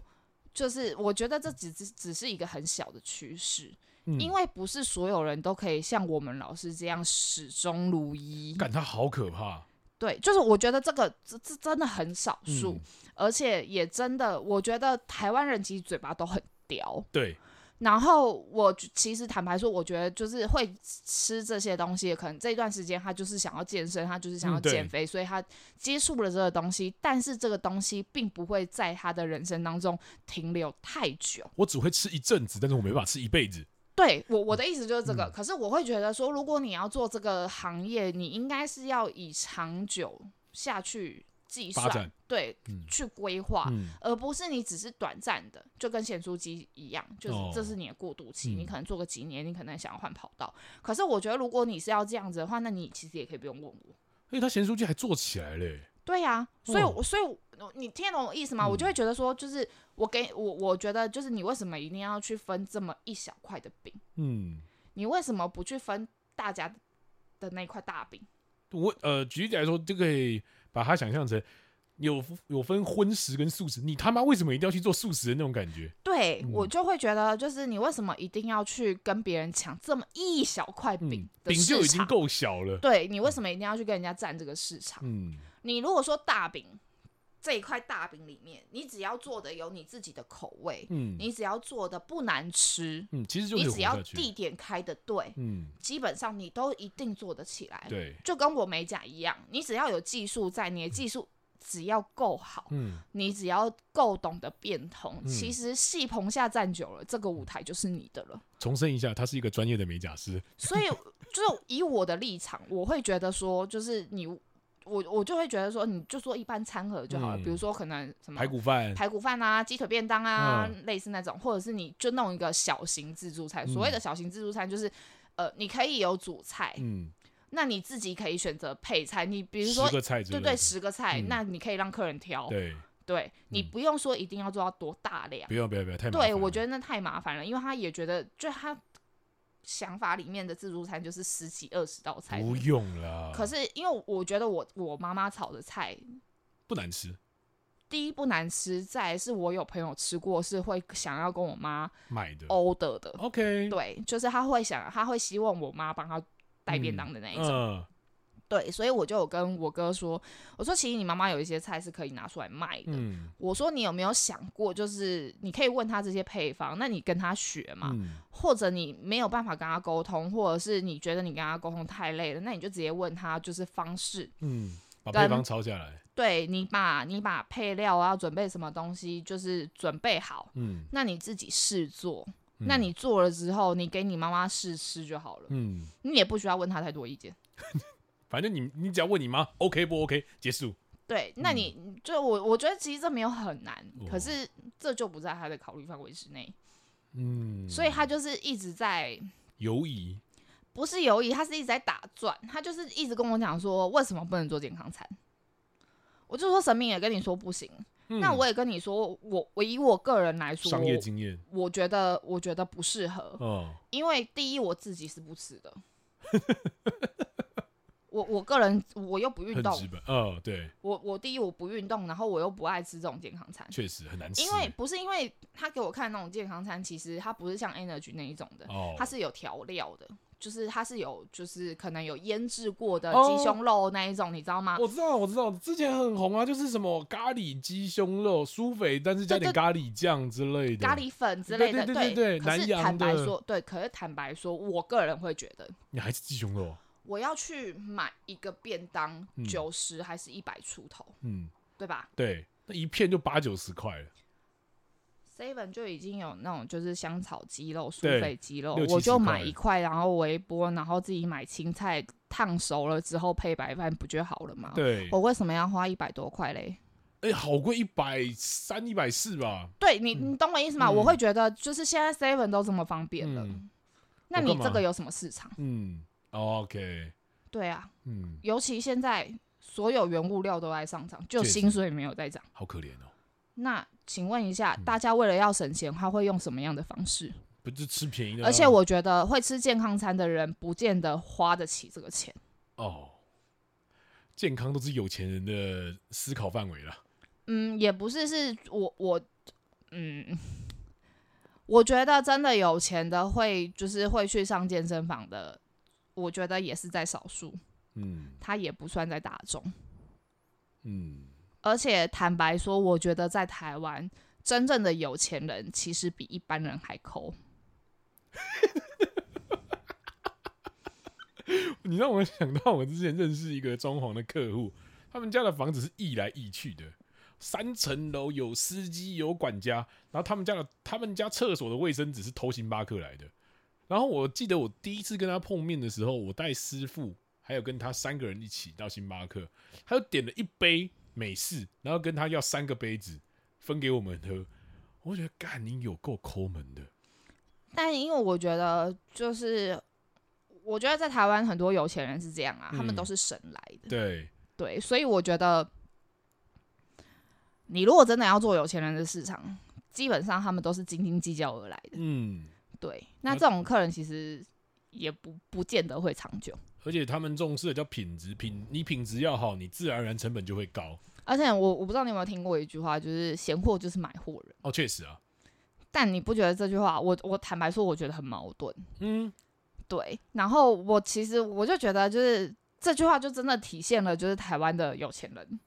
就是我觉得这只只只是一个很小的趋势，嗯因为不是所有人都可以像我们老师这样始终如一。感它好可怕，对，就是我觉得这个这这真的很少数，嗯，而且也真的，我觉得台湾人其实嘴巴都很刁。对，然后我觉其实坦白说，我觉得就是会吃这些东西，可能这段时间他就是想要健身，他就是想要嗯对减肥，所以他接触了这个东西，但是这个东西并不会在他的人生当中停留太久。我只会吃一阵子，但是我没办法吃一辈子，对我我的意思就是这个，嗯可是我会觉得说，如果你要做这个行业，你应该是要以长久下去计发算展，对，嗯去规划，嗯，而不是你只是短暂的，就跟咸酥鸡一样，就是哦这是你的过渡期，嗯你可能做个几年，你可能想要换跑道。可是我觉得，如果你是要这样子的话，那你其实也可以不用问我。而且它哎咸酥鸡还做起来哎嘞，对呀、所以哦我，所以我你听得懂我意思吗？嗯我就会觉得说，就是我给我，我觉得就是你为什么一定要去分这么一小块的饼？嗯，你为什么不去分大家的那块大饼？我呃，举例来说，就可以把它想象成有有分荤食跟素食，你他妈为什么一定要去做素食的那种感觉？对、嗯我就会觉得，就是你为什么一定要去跟别人抢这么一小块饼嗯，的饼市场？就已经够小了，对你为什么一定要去跟人家占这个市场？嗯，你如果说大饼这一块大饼里面，你只要做的有你自己的口味，嗯你只要做的不难吃，嗯，其实就可以你活只要下去。地点开的对，嗯，基本上你都一定做得起来。对，就跟我美甲一样，你只要有技术在，你的技术只要够好，嗯，你只要够懂得变通，嗯其实戏棚下站久了，这个舞台就是你的了。重申一下，他是一个专业的美甲师。所以就是以我的立场，我会觉得说，就是你我我就会觉得说，你就说一般餐盒就好了，嗯比如说可能什么排骨饭，排骨饭啊、鸡腿便当啊，嗯类似那种，或者是你就弄一个小型自助餐。所谓的小型自助餐就是。呃，你可以有主菜，嗯，那你自己可以选择配菜。你比如十说，个菜之对类对，的，十个菜，嗯那你可以让客人挑。对，嗯对你不用说一定要做到多大量。不要不要不要，太麻烦对，了。我觉得那太麻烦了，因为他也觉得，就他想法里面的自助餐就是十几二十道菜。不用啦，可是因为我觉得我我妈妈炒的菜，不难吃，第一不难吃，再来是我有朋友吃过，是会想要跟我妈买的。欧的的。 OK，哦对，就是他会想，他会希望我妈帮他带便当的那一种。嗯，对，所以我就有跟我哥说，我说其实你妈妈有一些菜是可以拿出来卖的。嗯我说你有没有想过，就是你可以问他这些配方，那你跟他学嘛。嗯或者你没有办法跟他沟通，或者是你觉得你跟他沟通太累了，那你就直接问他，就是方式。嗯，把跟配方抄下来，对你把你把配料啊，准备什么东西，就是准备好，嗯，那你自己试做。嗯那你做了之后，你给你妈妈试吃就好了，嗯，你也不需要问她太多意见。反正你你只要问你妈，OK 不 OK，结束。对，那你、就我我觉得其实这没有很难，嗯哦可是这就不在他的考虑范围之内，嗯，所以他就是一直在犹疑，不是犹疑，他是一直在打转，他就是一直跟我讲说为什么不能做健康餐。我就说神明也跟你说不行，嗯那我也跟你说，我我以我个人来说，商业经验，我觉得我觉得不适合，哦，因为第一我自己是不吃的，我我个人我又不运很动直，白，哦，对，我我第一我不运动，然后我又不爱吃这种健康餐，确实很难吃，因为不是因为他给我看那种健康餐，其实它不是像 Energy 那一种的，哦，它是有调料的，就是它是有就是可能有腌制过的哦鸡胸肉那一种，你知道吗？我知道，我知道，之前很红啊，就是什么咖喱鸡胸肉、苏肥，但是加点对对咖喱酱之类的。咖，喱粉之类的，对对对对对可是南洋坦白的说，对，可是坦白说，我个人会觉得，你还是鸡胸肉？啊我要去买一个便当嗯，九十还是一百出头，嗯，对吧对，那一片就八九十块了， ？seven 就已经有那种就是香草鸡肉、酥对肥鸡肉六，七我十就块买一块，然后微波，然后自己买青菜烫熟了之后配白饭，不就好了吗？对，我为什么要花一百多块嘞？哎、好贵，一百三、一百四吧，对你，你懂我意思吗？嗯我会觉得就是现在 seven 都这么方便了，嗯那我干你嘛这个有什么市场？嗯，OK，对啊，嗯，尤其现在所有原物料都在上涨，就确实薪水没有在涨。好可怜哦，那请问一嗯下，大家为了要省钱，他会用什么样的方式？不就吃便宜的啊，而且我觉得会吃健康餐的人，不见得花得起这个钱。哦，健康都是有钱人的思考范围了，嗯，也不是，是我我嗯，我觉得真的有钱的会就是会去上健身房的，我觉得也是在少数，嗯他也不算在大众。嗯，而且坦白说，我觉得在台湾，真正的有钱人其实比一般人还抠。你让我想到我之前认识一个装潢的客户，他们家的房子是易来易去的，三层楼有司机有管家，然后他们家的他们家厕所的卫生纸是偷星巴克来的。然后我记得我第一次跟他碰面的时候，我带师傅还有跟他三个人一起到星巴克，他就点了一杯美式，然后跟他要三个杯子分给我们喝。我觉得干你有够抠门的，但因为我觉得，就是我觉得在台湾很多有钱人是这样啊，他们嗯都是省来的，对，对，所以我觉得，你如果真的要做有钱人的市场，基本上他们都是斤斤计较而来的，嗯，对，那这种客人其实也不不见得会长久。而且他们重视的叫品质，品你品质要好，你自然而然成本就会高。而且我我不知道你有没有听过一句话，就是闲货就是买货人。哦，确实啊，但你不觉得这句话，我我坦白说，我觉得很矛盾。嗯，对，然后我其实我就觉得，就是这句话就真的体现了，就是台湾的有钱人。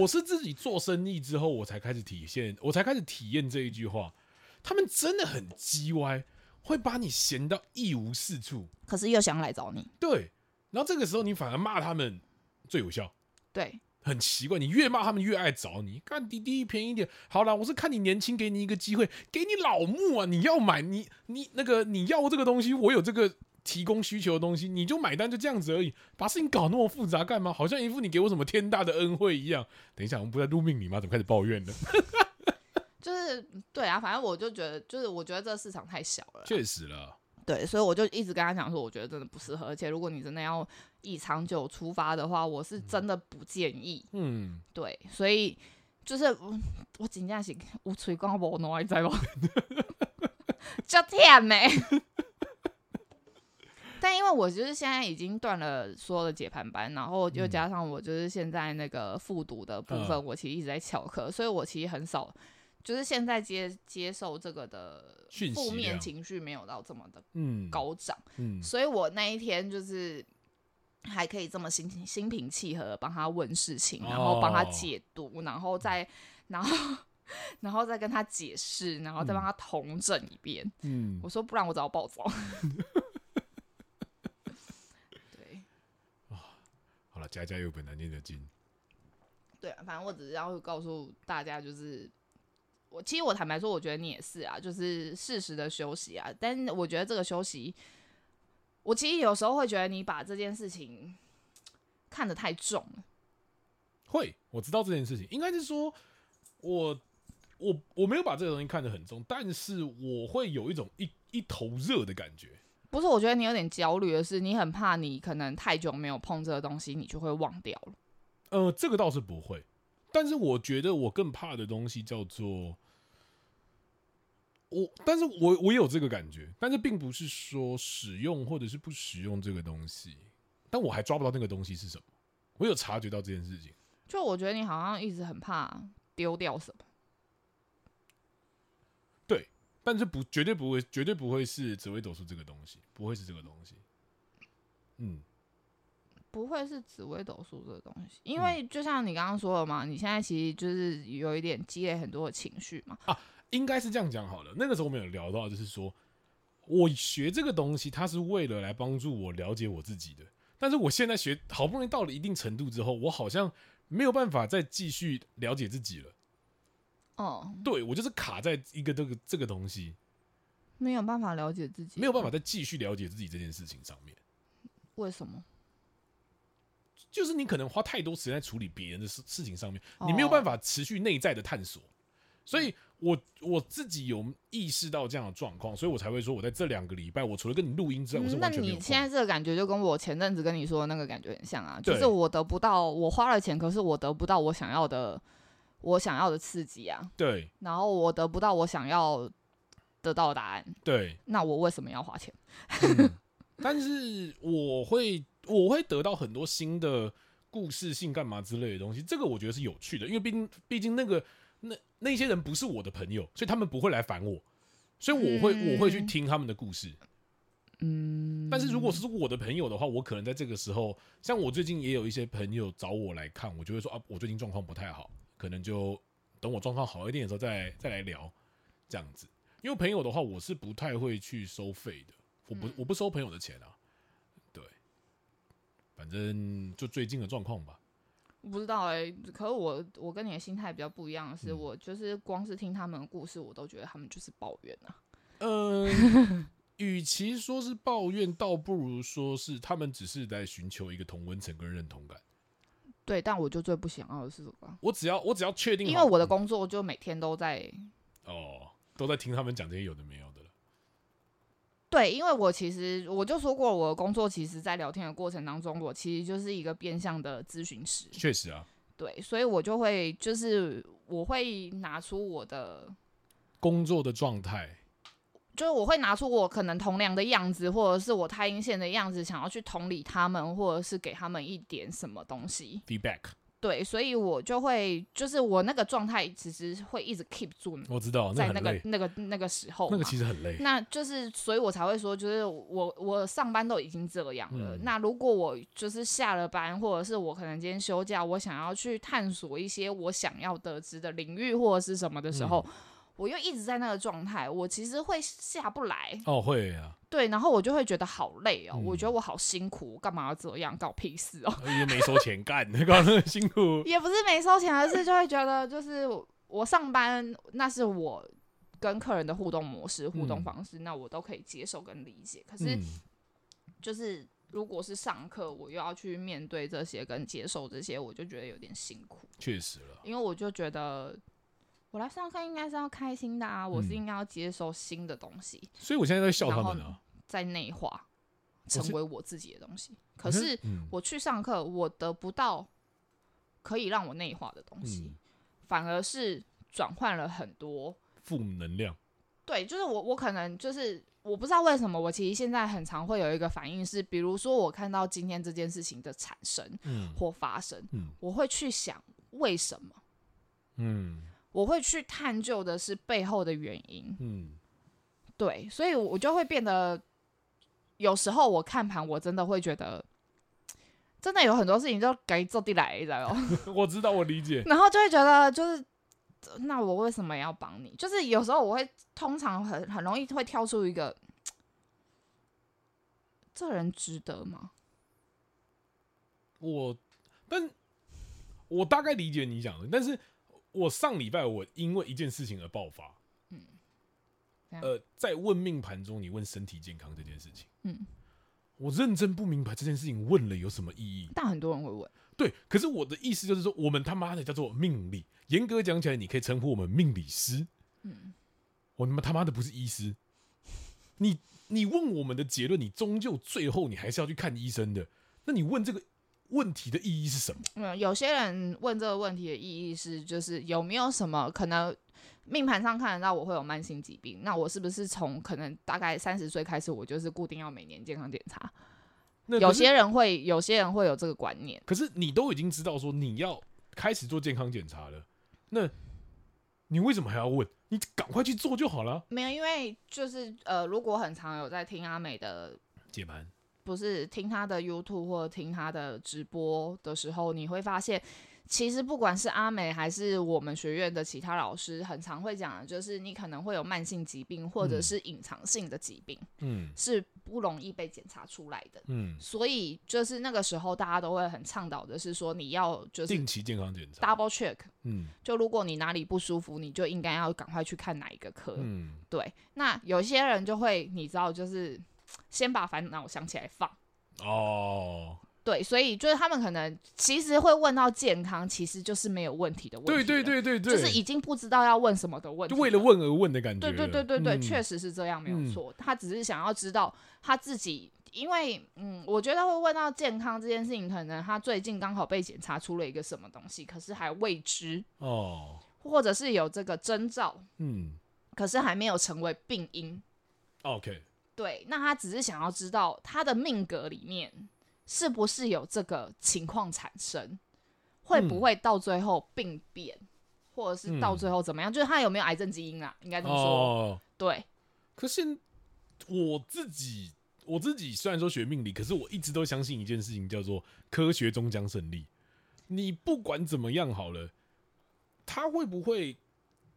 我是自己做生意之后，我才开始体现，我才开始体验这一句话。他们真的很鸡歪，会把你闲到一无是处。可是又想来找你，对，然后这个时候你反而骂他们最有效，对，很奇怪。你越骂他们越爱找你，干滴滴便宜一点。好啦，我是看你年轻，给你一个机会，给你老木啊！你要买，你你那个你要这个东西，我有这个提供需求的东西，你就买单，就这样子而已。把事情搞那么复杂干嘛？好像一副你给我什么天大的恩惠一样。等一下，我们不在录命你吗？怎么开始抱怨了？就是对啊，反正我就觉得，就是我觉得这个市场太小了啦，确实了，对，所以我就一直跟他讲说，我觉得真的不适合，而且如果你真的要以长久出发的话，我是真的不建议。嗯，对，所以就是我我真正是有嘴讲无脑，你知 无？就甜呢。但因为我就是现在已经断了所有的解盘班，然后又加上我就是现在那个复读的部分，嗯我其实一直在翘课，所以我其实很少，就是现在接接受这个的讯息负面量情绪没有到这么的嗯，，高涨。嗯，所以我那一天就是还可以这么心情心平气和地帮他问事情，然后帮他哦解读，然后再然后 然后再跟他解释，然后再帮他统整一遍。嗯，我说不然我早暴走。 对好了，家家有本难念的经。对啊，反正我只是要告诉大家，就是我其实我坦白说，我觉得你也是啊，就是适时的休息啊。但我觉得这个休息，我其实有时候会觉得你把这件事情看得太重了。会，我知道这件事情，应该是说，我我我没有把这个东西看得很重，但是我会有一种一一头热的感觉。不是，我觉得你有点焦虑的是，你很怕你可能太久没有碰这个东西，你就会忘掉了。呃，这个倒是不会，但是我觉得我更怕的东西叫做我，但是我我也有这个感觉，但是并不是说使用或者是不使用这个东西，但我还抓不到那个东西是什么，我有察觉到这件事情。就我觉得你好像一直很怕丢掉什么。但是不绝对不会，绝对不会是紫微斗数这个东西，不会是这个东西。嗯，不会是紫微斗数这个东西，因为就像你刚刚说的嘛，你现在其实就是有一点积累很多的情绪嘛，应该是这样讲好了。那个时候我们有聊到，就是说我学这个东西，它是为了来帮助我了解我自己的。但是我现在学，好不容易到了一定程度之后，我好像没有办法再继续了解自己了。哦，对我就是卡在一个这个这个东西，没有办法了解自己，没有办法，再继续了解自己这件事情上面。为什么？就是你可能花太多时间在处理别人的事事情上面，哦你没有办法持续内在的探索。所以我我自己有意识到这样的状况，所以我才会说，我在这两个礼拜，我除了跟你录音之外，我是嗯那完全没有你空。现在这个感觉就跟我前阵子跟你说的那个感觉很像啊，就是对我得不到，我花了钱，可是我得不到我想要的，我想要的刺激啊，对然后我得不到我想要得到的答案，对，那我为什么要花钱？嗯但是我会我会得到很多新的故事性干嘛之类的东西，这个我觉得是有趣的，因为毕竟毕竟那个那那些人不是我的朋友，所以他们不会来烦我，所以我会、我会去嗯听他们的故事。嗯，但是如果是我的朋友的话，我可能在这个时候，像我最近也有一些朋友找我来看，我就会说啊，我最近状况不太好，可能就等我状况好一点的时候再再来聊，这样子。因为朋友的话，我是不太会去收费的，我嗯不我不收朋友的钱啊，对，反正就最近的状况吧。我不知道哎、可是我我跟你的心态比较不一样的是，嗯我就是光是听他们的故事，我都觉得他们就是抱怨啊。嗯， 与其说是抱怨，倒不如说是他们只是在寻求一个同温层跟认同感。对，但我就最不想要的是这个啊，我只要我只要确定好，嗯因为我的工作就每天都在哦，都在听他们讲这些有的没有的了。对，因为我其实我就说过，我的工作其实，在聊天的过程当中，我其实就是一个变相的咨询师，确实啊，对，所以我就会就是我会拿出我的，工作的状态，就是我会拿出我可能同僚的样子，或者是我太阴线的样子，想要去同理他们，或者是给他们一点什么东西， feedback，对，所以我就会就是我那个状态其实会一直 keep 住我知道在很那个啊累，那个那个时候嘛，那个其实很累。那就是，所以我才会说，就是我我上班都已经这样了。嗯那如果我就是下了班，或者是我可能今天休假，我想要去探索一些我想要得知的领域或者是什么的时嗯候，我又一直在那个状态，我其实会下不来。哦，会啊，对，然后我就会觉得好累哦，嗯我觉得我好辛苦，干嘛要这样，搞屁事哦。 也没收钱 干，搞得很辛苦。也不是没收钱，而是就会觉得，就是我上班那是我跟客人的互动模式、互动嗯方式，那我都可以接受跟理解。可是嗯，就是如果是上课，我又要去面对这些跟接受这些，我就觉得有点辛苦，确实了。因为我就觉得。我来上课应该是要开心的啊，我是嗯应该要接受新的东西，所以我现在在笑他们然啊。在内化，是成为我自己的东西。可是嗯，我去上课，我得不到可以让我内化的东西，嗯，反而是转换了很多。负能量，对，就是我我可能就是我不知道为什么，我其实现在很常会有一个反应是，比如说我看到今天这件事情的产生嗯或发生，嗯我会去想为什么，嗯我会去探究的是背后的原因。嗯，对，所以我就会变得，有时候我看盘，我真的会觉得。真的有很多事情就该做地来的哦，我知道，我理解。 然后就会觉得就是，呃那我为什么要帮你？就是有时候我会通常很很容易会跳出一个，这人值得吗？我，但我大概理解你讲的，但是我上礼拜我因为一件事情而爆发。嗯怎样呃，在问命盘中，你问身体健康这件事情，嗯，我认真不明白这件事情问了有什么意义。但很多人会问，对，可是我的意思就是说，我们他妈的叫做命理，严格讲起来，你可以称呼我们命理师。嗯，我他妈他妈的不是医师，你你问我们的结论，你终究最后你还是要去看医生的。那你问这个问题的意义是什么？嗯，有些人问这个问题的意义是，就是有没有什么可能命盘上看得到我会有慢性疾病？那我是不是从可能大概三十岁开始，我就是固定要每年健康检查？那可有是些人会，有些人会有这个观念。可是你都已经知道说你要开始做健康检查了，那你为什么还要问？你赶快去做就好了。没有，因为就是呃，如果很常有在听阿美的，解盘，不是听她的 YouTube 或者听她的直播的时候，你会发现其实不管是阿美还是我们学院的其他老师，很常会讲的就是你可能会有慢性疾病或者嗯是隐藏性的疾病，嗯是不容易被检查出来的。嗯，所以就是那个时候，大家都会很倡导的是说，你要就是定期健康检查， double check，嗯就如果你哪里不舒服，你就应该要赶快去看哪一个科。嗯，对，那有些人就会，你知道，就是先把烦恼想起来放。哦，对，所以就是他们可能其实会问到健康，其实就是没有问题的问题对了。对对对对，就是已经不知道要问什么的问题，就为了。问而问的感觉对了，对对对对，嗯确、实是这样，没有嗯错。他只是想要知道他自己，因为嗯，我觉得会问到健康这件事情，可能他最近刚好被检查出了一个什么东西，可是还未知，哦，或者是有这个征兆，嗯可是还没有成为病因。 ，OK，对，那他只是想要知道他的命格里面是不是有这个情况产生，会不嗯会到最后病变，或者是到嗯最后怎么样？就是他有没有癌症基因啊？应该这么说。哦，对，可是我自己，我自己虽然说学命理，可是我一直都相信一件事情，叫做科学终将胜利。你不管怎么样好了，他会不会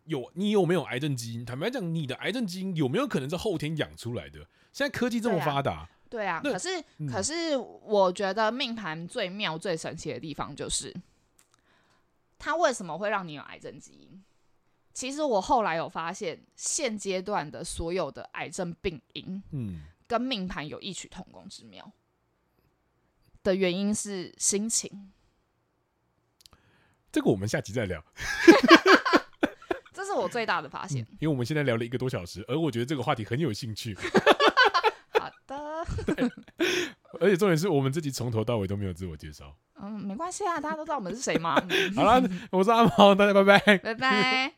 有你有没有癌症基因？坦白讲，你的癌症基因有没有可能是后天养出来的？现在科技这么对啊发达，对啊。那可是，嗯可是我觉得命盘最妙、最神奇的地方就是，它为什么会让你有癌症基因？其实我后来有发现，现阶段的所有的癌症病因，嗯，跟命盘有异曲同工之妙的原因是心情，这个我们下集再聊，这是我最大的发现。嗯因为我们现在聊了一个多小时，而我觉得这个话题很有兴趣，好的，而且重点是我们自己从头到尾都没有自我介绍。嗯，没关系啊，大家都知道我们是谁嘛。嗯好了，我是阿毛，大家拜 拜。拜拜。